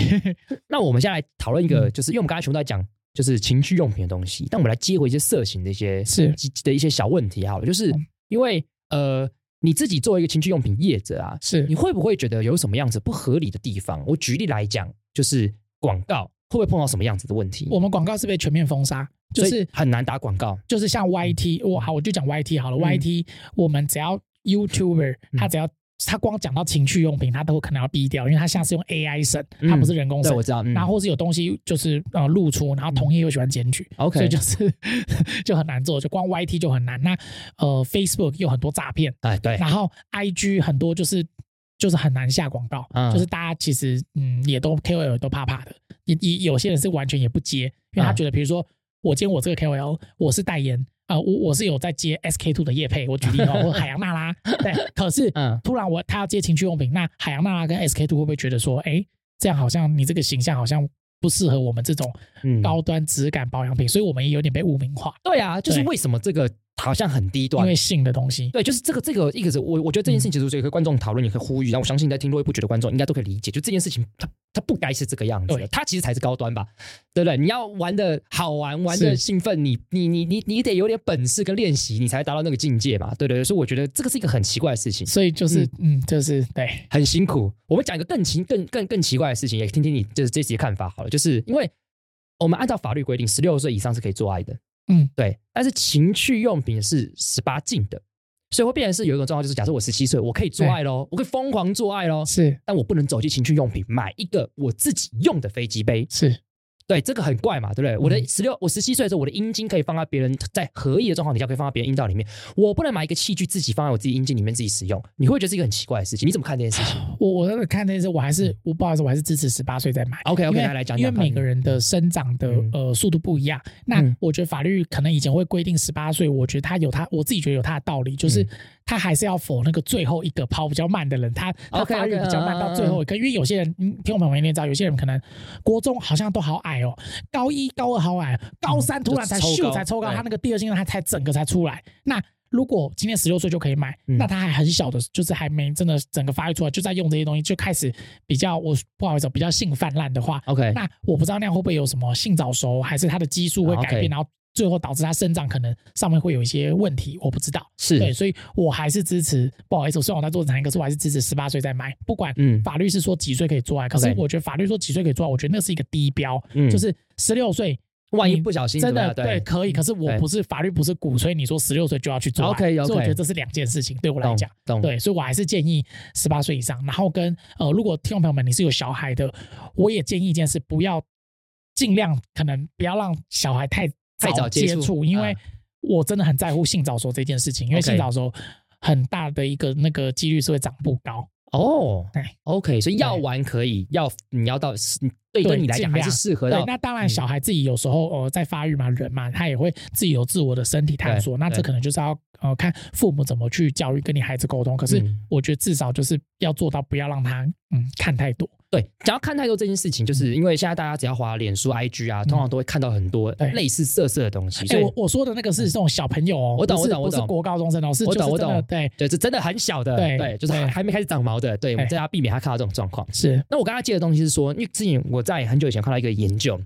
Speaker 1: 那我们先来讨论一个，
Speaker 2: 嗯
Speaker 1: 就是因为我们刚才全部在讲就是情趣用品的东西，但我们来接回一些色情的一些
Speaker 2: 是
Speaker 1: 的一些小问题好了，就是
Speaker 2: 嗯
Speaker 1: 因为呃你自己作为一个情趣用品业者啊，
Speaker 2: [LAUGHS] 是
Speaker 1: 你会不会觉得有什么样子不合理的地方？我举例来讲，就是广告会不会碰到什么样子的问题？
Speaker 2: 我们广告是被全面封杀，就
Speaker 1: 所
Speaker 2: 是
Speaker 1: 以很难打广告。
Speaker 2: 就是像 YT，我好我就讲 YT 好了、
Speaker 1: 嗯
Speaker 2: y t 我们只要 YouTuber，他只要、他光讲到情趣用品，他都可能要逼掉，因为他现在是用 AI 审，他不是人工
Speaker 1: 对，
Speaker 2: 审。
Speaker 1: 我知道。嗯、
Speaker 2: 然后或是有东西就是呃露出，然后同业又喜欢检举，
Speaker 1: OK
Speaker 2: 所以就是 [LAUGHS] 就很难做，就光 YT 就很难。那呃 Facebook 又很多诈骗，
Speaker 1: 哎，对
Speaker 2: 然后 IG 很多就是就是很难下广告，
Speaker 1: 嗯
Speaker 2: 就是大家其实嗯也都 KOL 都怕怕的，也也有些人是完全也不接，因为他
Speaker 1: 嗯
Speaker 2: 觉得比如说我今天我这个 KOL 我是代言啊、呃我我是有在接 SK two 的业配，我举例哦，我海洋娜拉，对，可是
Speaker 1: 嗯
Speaker 2: 突然我他要接情趣用品，那海洋娜拉跟 SK two 会不会觉得说，哎，这样好像你这个形象好像不适合我们这种
Speaker 1: 嗯
Speaker 2: 高端质感保养品，所以我们也有点被污名化，
Speaker 1: 对啊，就是
Speaker 2: 对
Speaker 1: 为什么这个好像很低
Speaker 2: 因
Speaker 1: 端
Speaker 2: 为？嗯性的东西，
Speaker 1: 对，就是这个这个一个是我我觉得这件事情其实可以跟观众讨论，也可以呼吁，然后我相信在听络绎不绝的观众应该都可以理解，就这件事情它它不该是这个样子
Speaker 2: 对
Speaker 1: 的，它其实才是高端吧，对不对？你要玩的好玩，玩的
Speaker 2: 是
Speaker 1: 兴奋，你你你你你得有点本事跟练习，你才达到那个境界嘛，对对对，所以我觉得这个是一个很奇怪的事情，
Speaker 2: 所以就是嗯，就是对。
Speaker 1: 很辛苦。我们讲一个更奇、更更更奇怪的事情，也听听你就是这集的看法好了。就是因为我们按照法律规定，十六岁以上是可以做爱的，
Speaker 2: 嗯，
Speaker 1: 对。但是情趣用品是十八禁的，所以会变成是有一种状况，就是假设我十七岁，我可以做爱喽，我可以疯狂做爱喽，
Speaker 2: 是
Speaker 1: 但我不能走进情趣用品买一个我自己用的飞机杯。
Speaker 2: 是，
Speaker 1: 对，这个很怪嘛，对不对？我的十六，我十七岁的时候，我的阴茎可以放在别人在合意的状况底下，可以放在别人阴道里面，我不能买一个器具自己放在我自己阴茎里面自己使用，你会觉得是一个很奇怪的事情。你怎么看这件事情
Speaker 2: 我我那个看那些，我还是我不好意思，我还是支持十八岁再买。
Speaker 1: ？OK
Speaker 2: 因
Speaker 1: OK，
Speaker 2: 为
Speaker 1: 嗯来来讲讲，
Speaker 2: 因为每个人的生长的
Speaker 1: 嗯
Speaker 2: 呃速度不一样，那
Speaker 1: 嗯嗯
Speaker 2: 我觉得法律可能以前会规定十八岁，我觉得它有它，我自己觉得有它的道理，就是他还是要否那个最后一个跑比较慢的人，他他
Speaker 1: OK，OK，
Speaker 2: 发育比较慢到最
Speaker 1: 嗯
Speaker 2: 后一个因为有些人，嗯，听我们朋友知道，有些人可能国中好像都好矮哦，高一高二好矮，高三突然才
Speaker 1: 嗯就抽
Speaker 2: 秀
Speaker 1: 高
Speaker 2: 才抽高，
Speaker 1: 对
Speaker 2: 他那个第二性征他才整个才出来。那如果今天十六岁就可以买，
Speaker 1: 嗯
Speaker 2: 那他还很小的，就是还没真的整个发育出来，就在用这些东西，就开始比较我不好意思哦，比较性泛滥的话，
Speaker 1: OK，
Speaker 2: 那我不知道那样会不会有什么性早熟，还是他的激素会改变，
Speaker 1: 啊 OK
Speaker 2: 然后最后导致他生长可能上面会有一些问题，我不知道。对，
Speaker 1: 是，
Speaker 2: 所以我还是支持，不好意思，虽然我在做产业，可是我还是支持十八岁再买，不管。
Speaker 1: 嗯
Speaker 2: 法律是说几岁可以做爱，可是
Speaker 1: OK
Speaker 2: 我觉得法律说几岁可以做爱，我觉得那是一个低标，
Speaker 1: 嗯，
Speaker 2: 就是十六岁
Speaker 1: 万一
Speaker 2: 你
Speaker 1: 不小心
Speaker 2: 真
Speaker 1: 怎么
Speaker 2: 的
Speaker 1: 样对嗯
Speaker 2: 可以，可是我
Speaker 1: 对
Speaker 2: 不是法律不是鼓吹你说十六岁就要去做爱
Speaker 1: OK，OK
Speaker 2: 所以我觉得这是两件事情，对我来
Speaker 1: 懂
Speaker 2: 讲。
Speaker 1: 懂
Speaker 2: 对，所以我还是建议十八岁以上。然后跟呃，如果听众朋友们你是有小孩的，我也建议一件事，不要尽量可能不要让小孩太
Speaker 1: 太早接
Speaker 2: 接
Speaker 1: 触
Speaker 2: 因为
Speaker 1: 嗯
Speaker 2: 我真的很在乎性早熟这件事情，因为
Speaker 1: OK
Speaker 2: 性早熟很大的一个那个几率是会长不高。
Speaker 1: 哦
Speaker 2: 对
Speaker 1: ，OK，所以药
Speaker 2: 对
Speaker 1: 丸可以，药你要到对
Speaker 2: 对
Speaker 1: 跟你来讲
Speaker 2: 尽
Speaker 1: 还
Speaker 2: 量
Speaker 1: 是适合
Speaker 2: 对
Speaker 1: 到，
Speaker 2: 那
Speaker 1: 嗯
Speaker 2: 当然小孩自己有时候呃在发育嘛，人嘛，他也会自己有自我的身体探索，
Speaker 1: 对
Speaker 2: 那这
Speaker 1: 对
Speaker 2: 可能就是要呃看父母怎么去教育跟你孩子沟通。可是
Speaker 1: 嗯
Speaker 2: 我觉得至少就是要做到不要让他嗯看太多。
Speaker 1: 对，讲到看太多这件事情，
Speaker 2: 嗯
Speaker 1: 就是因为现在大家只要滑脸书、IG 啊，通常都会看到很多
Speaker 2: 对
Speaker 1: 类似色色的东西，
Speaker 2: 哎、
Speaker 1: 所以嗯
Speaker 2: 我我说的那个是这种小朋友哦，
Speaker 1: 我懂
Speaker 2: 不是
Speaker 1: 我懂我懂
Speaker 2: 不是国高中生哦，是
Speaker 1: 我
Speaker 2: 就是
Speaker 1: 懂我
Speaker 2: 真的
Speaker 1: 懂
Speaker 2: 对，
Speaker 1: 对，这真的很小的，
Speaker 2: 对
Speaker 1: 对，就是
Speaker 2: 对
Speaker 1: 还还没开始长毛的，对，我们大家避免他看到这种状况。
Speaker 2: 是
Speaker 1: 那我刚才借的东西是说，因为之前我在很久以前看到一个研究，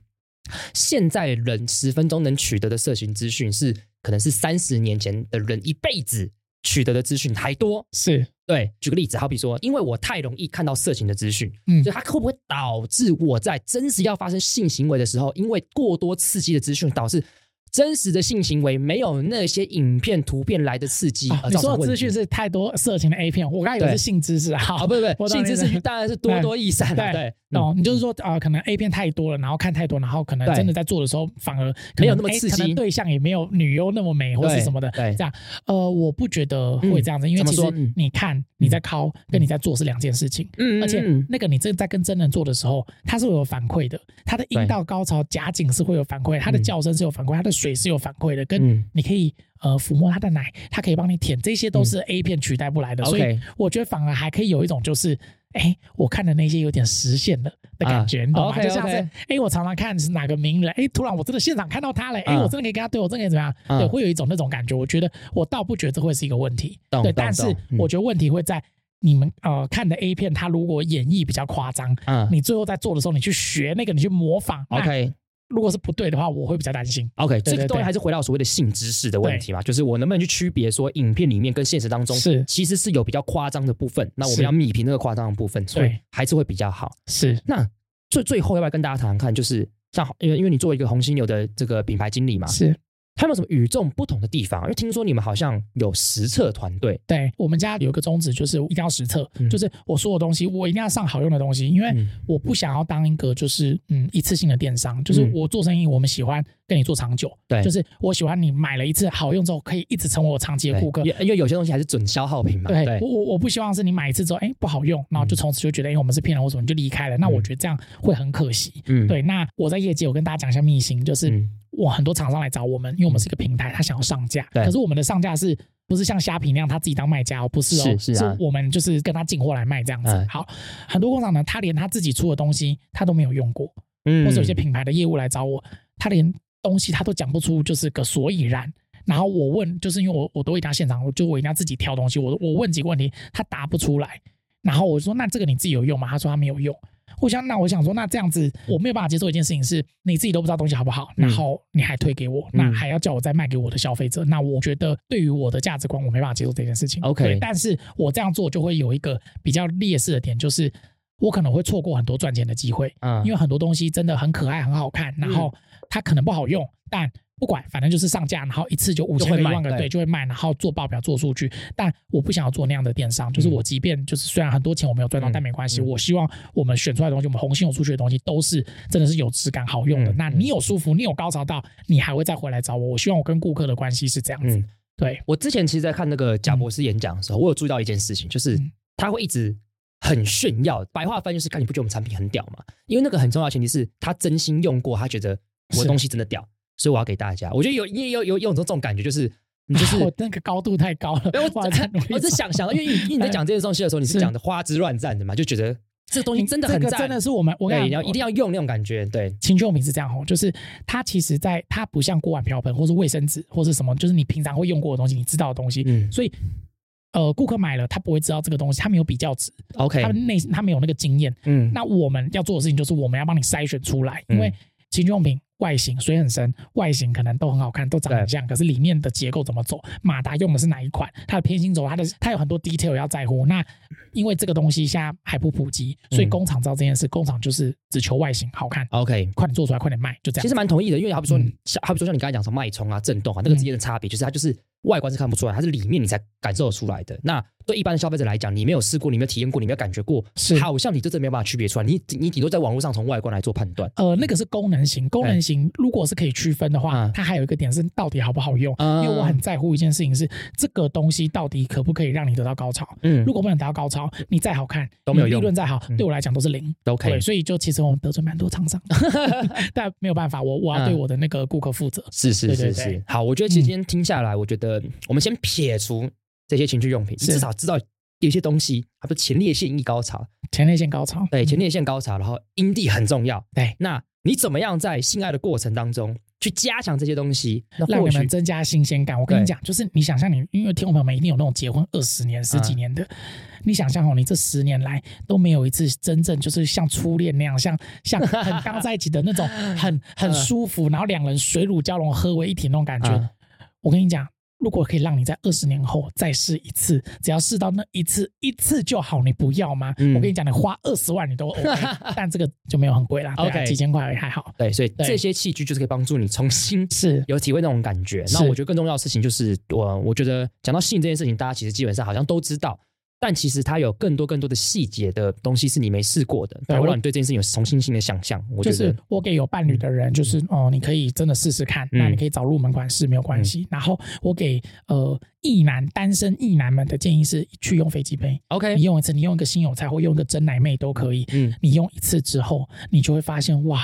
Speaker 1: 现在人十分钟能取得的社群资讯是，可能是三十年前的人一辈子取得的资讯还多。
Speaker 2: 是，
Speaker 1: 对，举个例子，好比说，因为我太容易看到色情的资讯，
Speaker 2: 嗯
Speaker 1: 所以它会不会导致我在真实要发生性行为的时候，因为过多刺激的资讯，导致真实的性行为没有那些影片、图片来的刺激
Speaker 2: 啊
Speaker 1: 而
Speaker 2: 你
Speaker 1: 造
Speaker 2: 说
Speaker 1: 成
Speaker 2: 的
Speaker 1: 问
Speaker 2: 资
Speaker 1: 题？
Speaker 2: 讯是太多色情的 A 片，我刚才以为
Speaker 1: 对
Speaker 2: 是性知识啊，
Speaker 1: 啊，不是不
Speaker 2: 我
Speaker 1: 是，性
Speaker 2: 懂你哎
Speaker 1: 知
Speaker 2: 的
Speaker 1: 识当然是多多益善的，
Speaker 2: 对
Speaker 1: 对，嗯
Speaker 2: 哦，你就是说啊，可能 A 片太多了，然后看太多，然后可能
Speaker 1: 对
Speaker 2: 真的在做的时候反而可能
Speaker 1: 没有那么
Speaker 2: 哎
Speaker 1: 刺
Speaker 2: 可能
Speaker 1: 激
Speaker 2: 对象也没有女优那么美或是什么的。
Speaker 1: 对对嗯
Speaker 2: 这样呃，我不觉得会这样子，因为
Speaker 1: 怎么
Speaker 2: 其
Speaker 1: 说
Speaker 2: 实
Speaker 1: 嗯
Speaker 2: 你看你在敲跟你在做是两件事情。
Speaker 1: 嗯，嗯
Speaker 2: 而且
Speaker 1: 嗯
Speaker 2: 那个你这在跟真人做的时候，它是会有反馈的，它的阴道高潮夹紧是会有反馈，它的
Speaker 1: 嗯
Speaker 2: 叫声是有反馈，它的水是有反馈的，跟
Speaker 1: 嗯
Speaker 2: 你可以呃抚摸它的奶，它可以帮你舔，这些都是 A 片取代不来的，所以
Speaker 1: 嗯 OK
Speaker 2: 我觉得反而还可以有一种就是。哎，我看的那些有点实现了的感觉，
Speaker 1: 啊
Speaker 2: 你懂吗
Speaker 1: OK，
Speaker 2: 就像是
Speaker 1: OK
Speaker 2: 哎，我常常看是哪个名人，哎，突然我真的现场看到他了，哎、
Speaker 1: 嗯
Speaker 2: 我真的可以跟他对，我真的可以怎么样？
Speaker 1: 嗯
Speaker 2: 对，会有一种那种感觉。我觉得我倒不觉得这会是一个问题，
Speaker 1: 懂
Speaker 2: 对，
Speaker 1: 懂
Speaker 2: 但是
Speaker 1: 懂嗯
Speaker 2: 我觉得问题会在你们呃看的 A 片，它如果演绎比较夸张，
Speaker 1: 嗯
Speaker 2: 你最后在做的时候，你去学那个，你去模仿那
Speaker 1: ，OK
Speaker 2: 如果是不对的话，我会比较担心。
Speaker 1: OK，这
Speaker 2: 对
Speaker 1: 个
Speaker 2: 对
Speaker 1: 东
Speaker 2: 对
Speaker 1: 西还是回到所谓的性知识的问题嘛，就是我能不能去区别说影片里面跟现实当中
Speaker 2: 是
Speaker 1: 其实是有比较夸张的部分，那我
Speaker 2: 是
Speaker 1: 们要弭平那个夸张的部分，所以
Speaker 2: 对
Speaker 1: 还是会比较好。
Speaker 2: 是
Speaker 1: 那最最后要不要跟大家谈谈看，就是像因为因为你作为一个红犀牛的这个品牌经理嘛，
Speaker 2: 是，
Speaker 1: 它有没有什么与众不同的地方？因为听说你们好像有实测团队，
Speaker 2: 对我们家有一个宗旨，就是一定要实测，
Speaker 1: 嗯
Speaker 2: 就是我所有东西我一定要上好用的东西，因为
Speaker 1: 嗯
Speaker 2: 我不想要当一个就是嗯一次性的电商，就是
Speaker 1: 嗯
Speaker 2: 我做生意，我们喜欢跟你做长久，
Speaker 1: 对
Speaker 2: 就是我喜欢你买了一次好用之后，可以一直成为我长期的顾客
Speaker 1: 对。因为因为有些东西还是准消耗品嘛，
Speaker 2: 对
Speaker 1: 对
Speaker 2: 我，我我不希望是你买一次之后，哎、不好用，然后就从此就觉得，哎、我们是骗人或什么，你就离开了。那我觉得这样会很可惜。
Speaker 1: 嗯，
Speaker 2: 对，那我在业界，我跟大家讲一下秘辛，就是、
Speaker 1: 嗯
Speaker 2: 我很多厂商来找我们，因为我们是一个平台，他想要上架，
Speaker 1: 对
Speaker 2: 可是我们的上架是不是像虾皮那样他自己当卖家哦？不是哦，
Speaker 1: 是是啊
Speaker 2: 我们就是跟他进货来卖这样子。
Speaker 1: 哎
Speaker 2: 好，很多工厂呢，他连他自己出的东西他都没有用过，
Speaker 1: 嗯
Speaker 2: 或者有些品牌的业务来找我，他连东西他都讲不出就是个所以然。然后我问，就是因为我我都一定要现场，我就我一定要自己挑东西，我我问几个问题，他答不出来。然后我说那这个你自己有用吗？他说他没有用。我想那我想说那这样子我没有办法接受一件事情是你自己都不知道东西好不好，
Speaker 1: 嗯
Speaker 2: 然后你还推给我，
Speaker 1: 嗯
Speaker 2: 那还要叫我再卖给我的消费者，那我觉得对于我的价值观我没办法接受这件事情。
Speaker 1: OK
Speaker 2: 对但是我这样做就会有一个比较劣势的点，就是我可能会错过很多赚钱的机会。
Speaker 1: 嗯
Speaker 2: 因为很多东西真的很可爱、很好看，然后它可能不好用，但不管，反正就是上架，然后一次就五
Speaker 1: 就
Speaker 2: 千个、
Speaker 1: 会
Speaker 2: 一
Speaker 1: 卖
Speaker 2: 万个，
Speaker 1: 对
Speaker 2: 对，就会卖，然后做报表、做数据。但我不想要做那样的电商，就是
Speaker 1: 嗯
Speaker 2: 我即便就是虽然很多钱我没有赚到，
Speaker 1: 嗯
Speaker 2: 但没关系，
Speaker 1: 嗯
Speaker 2: 我希望我们选出来的东西，我们红心有出去的东西，都是真的是有质感、好用的。
Speaker 1: 嗯
Speaker 2: 那你有舒服，你有高潮到，你还会再回来找我。我希望我跟顾客的关系是这样子
Speaker 1: 嗯，，
Speaker 2: 对，
Speaker 1: 我之前其实，在看那个贾博士演讲的时候，我有注意到一件事情，就是
Speaker 2: 嗯
Speaker 1: 他会一直很炫耀，白话翻就是看你不觉得我们产品很屌吗？因为那个很重要的前提是他真心用过，他觉得我的东西真的屌，所以我要给大家。我觉得有也有有有有种这种感觉，就是你就是
Speaker 2: [LAUGHS] 我那个高度太高了，
Speaker 1: 哎，我
Speaker 2: [LAUGHS] 我还在努力
Speaker 1: 我是
Speaker 2: 找
Speaker 1: 想想到，因为你因为你在讲这些东西的时
Speaker 2: [LAUGHS]
Speaker 1: 候，你是讲的花枝乱颤的嘛，就觉得这东西真的很
Speaker 2: 这个
Speaker 1: 赞，
Speaker 2: 真的是我们我跟
Speaker 1: 对，
Speaker 2: 你
Speaker 1: 你要
Speaker 2: 讲，
Speaker 1: 一定要用那种感觉，对，
Speaker 2: 情趣用品是这样哦，就是它其实在它不像锅碗瓢盆或是卫生纸或是什么，就是你平常会用过的东西，你知道的东西，
Speaker 1: 嗯
Speaker 2: 所以。呃，顾客买了，他不会知道这个东西，他没有比较值，
Speaker 1: ，OK，
Speaker 2: 他内他没有那个经验。
Speaker 1: 嗯，
Speaker 2: 那我们要做的事情就是，我们要帮你筛选出来，
Speaker 1: 嗯
Speaker 2: 因为情趣用品外形水很深，外形可能都很好看，都长得
Speaker 1: 对
Speaker 2: 很像，可是里面的结构怎么走，马达用的是哪一款，它的偏心轴，它的它有很多 detail 要在乎。那因为这个东西现在还不普及，所以
Speaker 1: 嗯
Speaker 2: 工厂知道这件事，工厂就是只求外形好看，
Speaker 1: OK。
Speaker 2: 快点做出来，快点卖，就这样。
Speaker 1: 其实蛮同意的，因为好比说你
Speaker 2: 嗯，
Speaker 1: 像好比说像你刚才讲什么脉冲啊、震动啊，那个之间的差别，就是它就是外观是看不出来，它是里面你才感受得出来的。那对一般的消费者来讲，你没有试过，你没有体验过，你没有感觉过，
Speaker 2: 是
Speaker 1: 好像你真的没有办法区别出来。你你顶多在网络上从外观来做判断。
Speaker 2: 呃，那个是功能型，功能型如果是可以区分的话，
Speaker 1: 嗯
Speaker 2: 它还有一个点是到底好不好用，
Speaker 1: 嗯
Speaker 2: 因为我很在乎一件事情是这个东西到底可不可以让你得到高潮。
Speaker 1: 嗯
Speaker 2: 如果不能达到高超，你再好看
Speaker 1: 都没有
Speaker 2: 你
Speaker 1: 用嗯
Speaker 2: 利润再好，对我来讲都是零。
Speaker 1: ，OK，
Speaker 2: 对，所以就其实我们得罪蛮
Speaker 1: [LAUGHS]
Speaker 2: 多厂商，但没有办法，我我
Speaker 1: 啊
Speaker 2: 要对我的那个顾客负责。
Speaker 1: 是是
Speaker 2: 对
Speaker 1: 是
Speaker 2: 对
Speaker 1: 是，
Speaker 2: 对
Speaker 1: 好，我觉得其实今天听下来，我觉得嗯我们先撇除这些情趣用品，你
Speaker 2: 是
Speaker 1: 至少知道有些东西，它不是前列腺易高潮，
Speaker 2: 前列腺高潮，
Speaker 1: 对，前
Speaker 2: 列
Speaker 1: 列腺高潮，然后阴蒂很重要。
Speaker 2: 嗯对，
Speaker 1: 那你怎么样在性爱的过程当中去加强这些东西？那
Speaker 2: 让
Speaker 1: 或
Speaker 2: 你
Speaker 1: 许
Speaker 2: 们增加新鲜感。我跟
Speaker 1: 对
Speaker 2: 你讲，就是你想象你，因为听众朋友们一定有那种结婚二十年、
Speaker 1: 嗯
Speaker 2: 十几年的，你想象哦，你这十年来都没有一次真正就是像初恋那样，像像很刚在一起的
Speaker 1: [LAUGHS]
Speaker 2: 那种，很很
Speaker 1: 嗯
Speaker 2: 舒服，然后两人水乳交融、合为一体那种感觉。
Speaker 1: 嗯
Speaker 2: 我跟你讲。如果可以让你在二十年后再试一次，只要试到那一次，一次就好，你不要吗？
Speaker 1: 嗯
Speaker 2: 我跟你讲，你花二十万你都
Speaker 1: [LAUGHS]
Speaker 2: OK，但这个就没有很贵啦，对啊
Speaker 1: OK
Speaker 2: 几千块而已还好。
Speaker 1: 对，所以
Speaker 2: 对
Speaker 1: 这些器具就是可以帮助你重新 [LAUGHS]
Speaker 2: 是，
Speaker 1: 有体会那种感觉。那
Speaker 2: 是
Speaker 1: 我觉得更重要的事情就是，呃我我觉得讲到性这件事情，大家其实基本上好像都知道。但其实它有更多更多的细节的东西是你没试过的，它
Speaker 2: 对
Speaker 1: 会
Speaker 2: 我
Speaker 1: 让你对这件事情有重新性的想象。我觉
Speaker 2: 就
Speaker 1: 得、
Speaker 2: 是我给有伴侣的人，就是哦，你可以真的试试看，那
Speaker 1: 嗯
Speaker 2: 你可以找入门款式没有关系。然后我给呃异男单身异男们的建议是去用飞机杯，
Speaker 1: OK，
Speaker 2: 你用一次，你用一个新友菜或用一个真奶妹都可以。
Speaker 1: 嗯，
Speaker 2: 你用一次之后，你就会发现哇，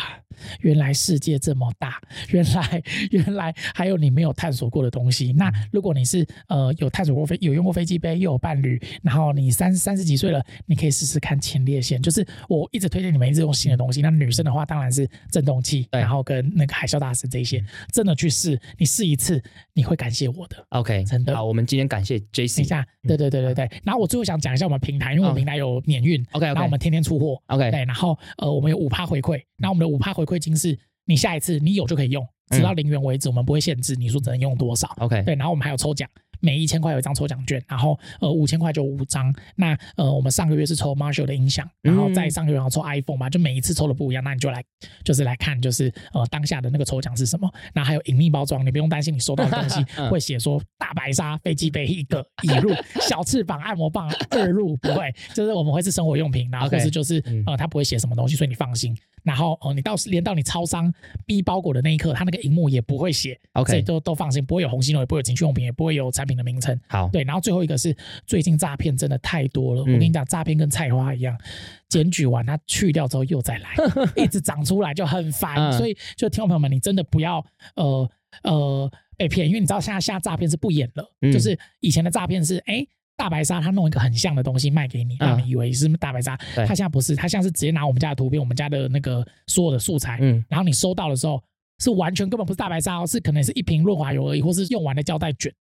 Speaker 2: 原来世界这么大，原来 [LAUGHS] 原来还有你没有探索过的东西。那如果你是呃有探索过飞有用过飞机杯，又有伴侣，然后你三三十几岁了，你可以试试看前列腺。就是我一直推荐你们一直用新的东西。那女生的话，当然是震动器，
Speaker 1: 对嗯
Speaker 2: 然后跟那个海啸大师这一些，真的去试，你试一次，你会感谢我的。
Speaker 1: OK，
Speaker 2: 真的
Speaker 1: 好，我们今天感谢
Speaker 2: 等一
Speaker 1: JC。
Speaker 2: 下，对对对对对。然后我最后想讲一下我们平台，因为我们
Speaker 1: 嗯
Speaker 2: 平台有免运，
Speaker 1: OK
Speaker 2: 然后我
Speaker 1: OK
Speaker 2: 们天天出货。
Speaker 1: OK，
Speaker 2: 对，然后呃，我们有五趴回馈，那我们的五趴回馈金是你下一次你有就可以用，直到零元为止，我们不会限制你说只能用多少。
Speaker 1: OK，
Speaker 2: 对，然后我们还有抽奖，每一千块有一张抽奖券，然后呃五千块就五张。那呃我们上个月是抽 Marshall 的音响，然后
Speaker 1: 嗯
Speaker 2: 再上个月好像抽 iPhone 吧，就每一次抽的不一样，那你就来就是来看就是呃当下的那个抽奖是什么。然后还有隐秘包装，你不用担心你收到的东西
Speaker 1: [LAUGHS] 嗯
Speaker 2: 会写说大白鲨飞机杯一个已入，小翅膀按摩棒二入，不会，就是我们会是生活用品，然后
Speaker 1: OK
Speaker 2: 或是就是
Speaker 1: 嗯
Speaker 2: 呃它不会写什么东西，所以你放心。然后哦、呃你到连到你超商逼包裹的那一刻，它那个荧幕也不会写
Speaker 1: OK
Speaker 2: 所以都都放心，不会有红心楼，也不会有情趣用品，也不会有产品的名称。
Speaker 1: 好，
Speaker 2: 对，然后最后一个是最近诈骗真的太多了，
Speaker 1: 嗯
Speaker 2: 我跟你讲，诈骗跟菜花一样，检举完它去掉之后又再来，
Speaker 1: [LAUGHS]
Speaker 2: 一直长出来就很烦。
Speaker 1: 嗯
Speaker 2: 所以就听众朋友们，你真的不要呃呃被骗，因为你知道现在现在诈骗是不演了，
Speaker 1: 嗯
Speaker 2: 就是以前的诈骗是哎。诶大白鲨，他弄一个很像的东西卖给你，
Speaker 1: 嗯
Speaker 2: 让你以为是大白鲨。
Speaker 1: 对
Speaker 2: 他现在不是，他现在是直接拿我们家的图片、我们家的那个所有的素材，
Speaker 1: 嗯
Speaker 2: 然后你收到的时候是完全根本不是大白鲨哦，是可能是一瓶润滑油而已，或是用完的胶带卷，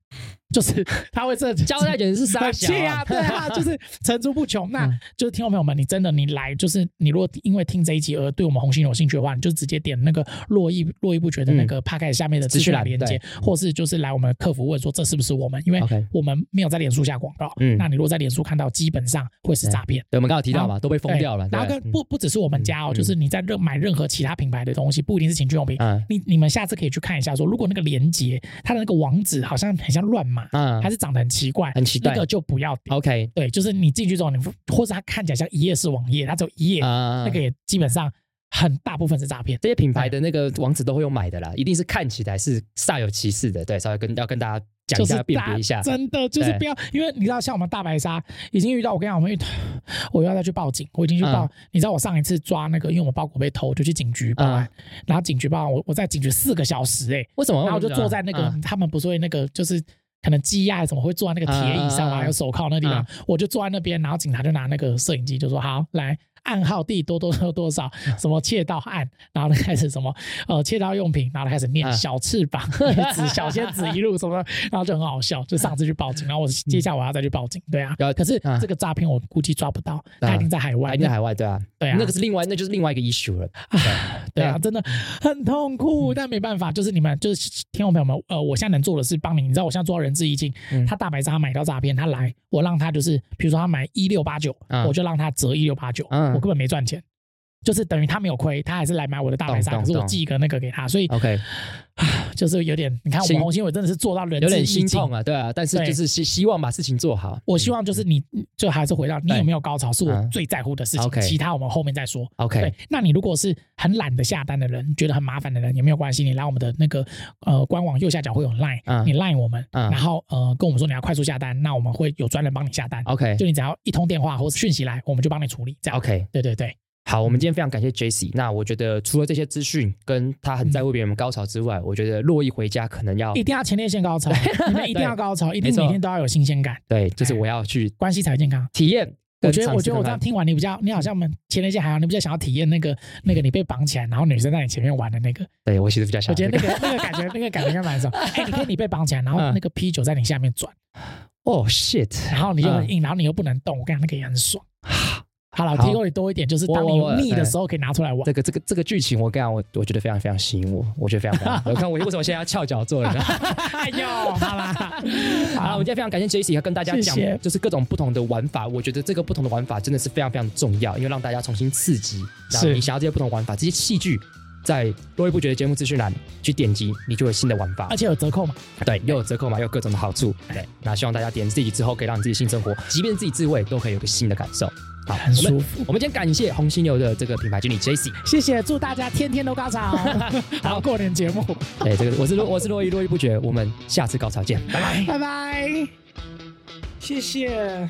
Speaker 2: 就是 [LAUGHS] 它会这
Speaker 1: 胶带
Speaker 2: [LAUGHS]
Speaker 1: 卷是傻
Speaker 2: 很
Speaker 1: 小
Speaker 2: 气啊，对啊，就是层出不
Speaker 1: [LAUGHS]
Speaker 2: 穷。那
Speaker 1: 嗯
Speaker 2: 就是听众朋友们，你真的你来，就是你如果因为听这一集而对我们红星有兴趣的话，你就直接点那个络绎络绎不绝的那个 p a c k e t 下面的资讯栏
Speaker 1: 嗯资讯
Speaker 2: 连
Speaker 1: 栏
Speaker 2: 接，或是就是来我们客服问说这是不是我们，因为
Speaker 1: OK
Speaker 2: 我们没有在脸书下广告。
Speaker 1: 嗯
Speaker 2: 那你如果在脸书看到，基本上会是诈骗。
Speaker 1: 对，我们刚刚有提到
Speaker 2: 然
Speaker 1: 嘛，
Speaker 2: 后
Speaker 1: 都被封
Speaker 2: 对
Speaker 1: 掉了。
Speaker 2: 然后
Speaker 1: 对
Speaker 2: 跟哎不不只是我们家哦，
Speaker 1: 嗯
Speaker 2: 就是你在任买任何其他品牌的东西，不一定是情趣用品。
Speaker 1: 嗯
Speaker 2: 你你们下次可以去看一下说如果那个链接它的那个网址好像很像乱码，
Speaker 1: 嗯
Speaker 2: 还是长得很奇怪，
Speaker 1: 很奇怪
Speaker 2: 那个就不要点。
Speaker 1: ，OK
Speaker 2: 对，就是你进去之后，你或者它看起来像一页式网页，它只有一页，
Speaker 1: 啊
Speaker 2: 那个也基本上很大部分是诈骗。
Speaker 1: 这些品牌的那个网址都会有买的啦，一定是看起来是煞有其事的。对，稍微跟要跟大家讲
Speaker 2: 就
Speaker 1: 一
Speaker 2: 是
Speaker 1: 下，辨
Speaker 2: 大
Speaker 1: 别一下。
Speaker 2: 真的就是
Speaker 1: 对
Speaker 2: 不要，因为你知道，像我们大白鲨已经遇到，我跟你讲，我们遇到，我又要再去报警，我已经去报，
Speaker 1: 嗯
Speaker 2: 你知道我上一次抓那个，因为我包裹被偷，就去警局报案，
Speaker 1: 嗯
Speaker 2: 然后警局报案，我我在警局四个小时、欸，哎，
Speaker 1: 为什么？
Speaker 2: 然后我就
Speaker 1: 们
Speaker 2: 坐在那个、
Speaker 1: 嗯
Speaker 2: 他们不是会那个就是可能鸡鸭什么会坐在那个铁椅
Speaker 1: 啊
Speaker 2: 上
Speaker 1: 啊
Speaker 2: 嘛，
Speaker 1: 啊
Speaker 2: 有手铐那地方，我就坐在那边，然后警察就拿那个摄影机就说好来。暗号地多多多 [LAUGHS] 多少什么窃盗案，然后就开始什么呃窃盗用品，然后就开始念
Speaker 1: 啊
Speaker 2: 小翅 [LAUGHS] 膀、子小仙子一路什么，然后就很好笑。就上次去报警，然后我接下来嗯我要再去报警，对啊
Speaker 1: 了。
Speaker 2: 可是
Speaker 1: 啊
Speaker 2: 这个诈骗我估计抓不到，他一定在海外，
Speaker 1: 还在海外，对啊，
Speaker 2: 对啊
Speaker 1: 那个是另外，那就是另外一个 issue 了。
Speaker 2: 对啊，真的很痛
Speaker 1: 嗯
Speaker 2: 苦，但没办法，就是你们就是听众朋友们，呃，我现在能做的是帮你，你知道我现在做到仁至义尽
Speaker 1: 嗯，
Speaker 2: 他大白鲨买到诈骗，他来，我让他就是，比如说他买一六八九，
Speaker 1: 嗯
Speaker 2: 我就让他折一六八九，
Speaker 1: 嗯
Speaker 2: 我根本没赚钱，就是等于他没有亏，他还是来买我的大白鲨，
Speaker 1: 懂
Speaker 2: 可是我
Speaker 1: 懂
Speaker 2: 寄一个那个给他，所以啊
Speaker 1: OK，
Speaker 2: 就是有点，你看我
Speaker 1: 心
Speaker 2: 们红星伟真的是做到仁
Speaker 1: 有
Speaker 2: 至
Speaker 1: 点
Speaker 2: 义
Speaker 1: 心
Speaker 2: 尽
Speaker 1: 痛。啊，对啊，但是
Speaker 2: 对
Speaker 1: 就是希希望把事情做好。
Speaker 2: 我希望就是你，就还是回到你
Speaker 1: 嗯对
Speaker 2: 有没有高潮是我
Speaker 1: 嗯
Speaker 2: 最在乎的事情，
Speaker 1: OK
Speaker 2: 其他我们后面再说。
Speaker 1: OK，
Speaker 2: 对，那你如果是很懒得下单的人，觉得很麻烦的人，也没有关系，你来我们的那个呃官网右下角会有 Line，、
Speaker 1: 嗯
Speaker 2: 你 Line 我们，
Speaker 1: 嗯
Speaker 2: 然后呃跟我们说你要快速下单，那我们会有专人帮你下单。
Speaker 1: OK
Speaker 2: 就你只要一通电话或是讯息来，我们就帮你处理。这样
Speaker 1: 哦 OK，
Speaker 2: 对对对，
Speaker 1: 好，我们今天非常感谢 J.C. 那我觉得除了这些资讯跟他很在乎别人的高潮之外，我觉得洛伊回家可能要
Speaker 2: 一定要前列腺高潮，你们一定要高潮，一定
Speaker 1: 没错
Speaker 2: 每天都要有新鲜感，
Speaker 1: 对，就是我要去
Speaker 2: 关系才会健康。
Speaker 1: 体验
Speaker 2: 我
Speaker 1: 跟尝试看看。
Speaker 2: 觉得，我觉得我这样听完，你比较，你好像我们前列腺还好，你比较想要体验那个那个你被绑起来，然后女生在你前面玩的那个，
Speaker 1: 对我其实比较
Speaker 2: 我
Speaker 1: 想
Speaker 2: 觉
Speaker 1: 要
Speaker 2: 得
Speaker 1: 这
Speaker 2: 那
Speaker 1: 个。
Speaker 2: 个那个感觉，那个感觉应该
Speaker 1: [LAUGHS]
Speaker 2: 蛮爽。哎，你可以你被绑起来，然后
Speaker 1: 嗯
Speaker 2: 那个啤酒在你下面转。
Speaker 1: 哦 shit，
Speaker 2: 然后你又很硬，然后你又不能动，我跟你讲那个也很爽。好了，我
Speaker 1: 嗯好
Speaker 2: 提供你多一点，就是当你
Speaker 1: 我哎我
Speaker 2: 有腻的时候可以拿出来玩
Speaker 1: 这。个这个这个剧情，我跟你讲，我我觉得非常非常吸引我，我觉得非常非常。我看我为什么现在要翘脚做人？啊
Speaker 2: [LAUGHS] 哎呦，好啦，
Speaker 1: 好了，我
Speaker 2: 好
Speaker 1: 们今，天非常感谢 J C 跟大家讲
Speaker 2: 谢谢，
Speaker 1: 就是各种不同的玩法。我觉得这个不同的玩法真的是非常非常重要，因为让大家重新刺激。然后
Speaker 2: 是
Speaker 1: 你想要这些不同玩法，这些器具，在络绎不绝的节目资讯栏去点击，你就有新的玩法
Speaker 2: 而。且有折扣嘛，
Speaker 1: 对，又有折扣嘛，又有各种的好处。对，那希望大家点自己之后，可以让自己新生活，即便自己自慰，都可以有个新的感受。好，
Speaker 2: 很
Speaker 1: 我们
Speaker 2: 舒服。
Speaker 1: 我们今天感谢红犀牛的这个品牌经理 J C。
Speaker 2: 谢谢，祝大家天天都
Speaker 1: [LAUGHS]
Speaker 2: 高潮。好，过年节目，
Speaker 1: 对，这个我是洛我是络绎络绎不绝，我们下次高潮见，拜拜。
Speaker 2: 拜拜，谢谢。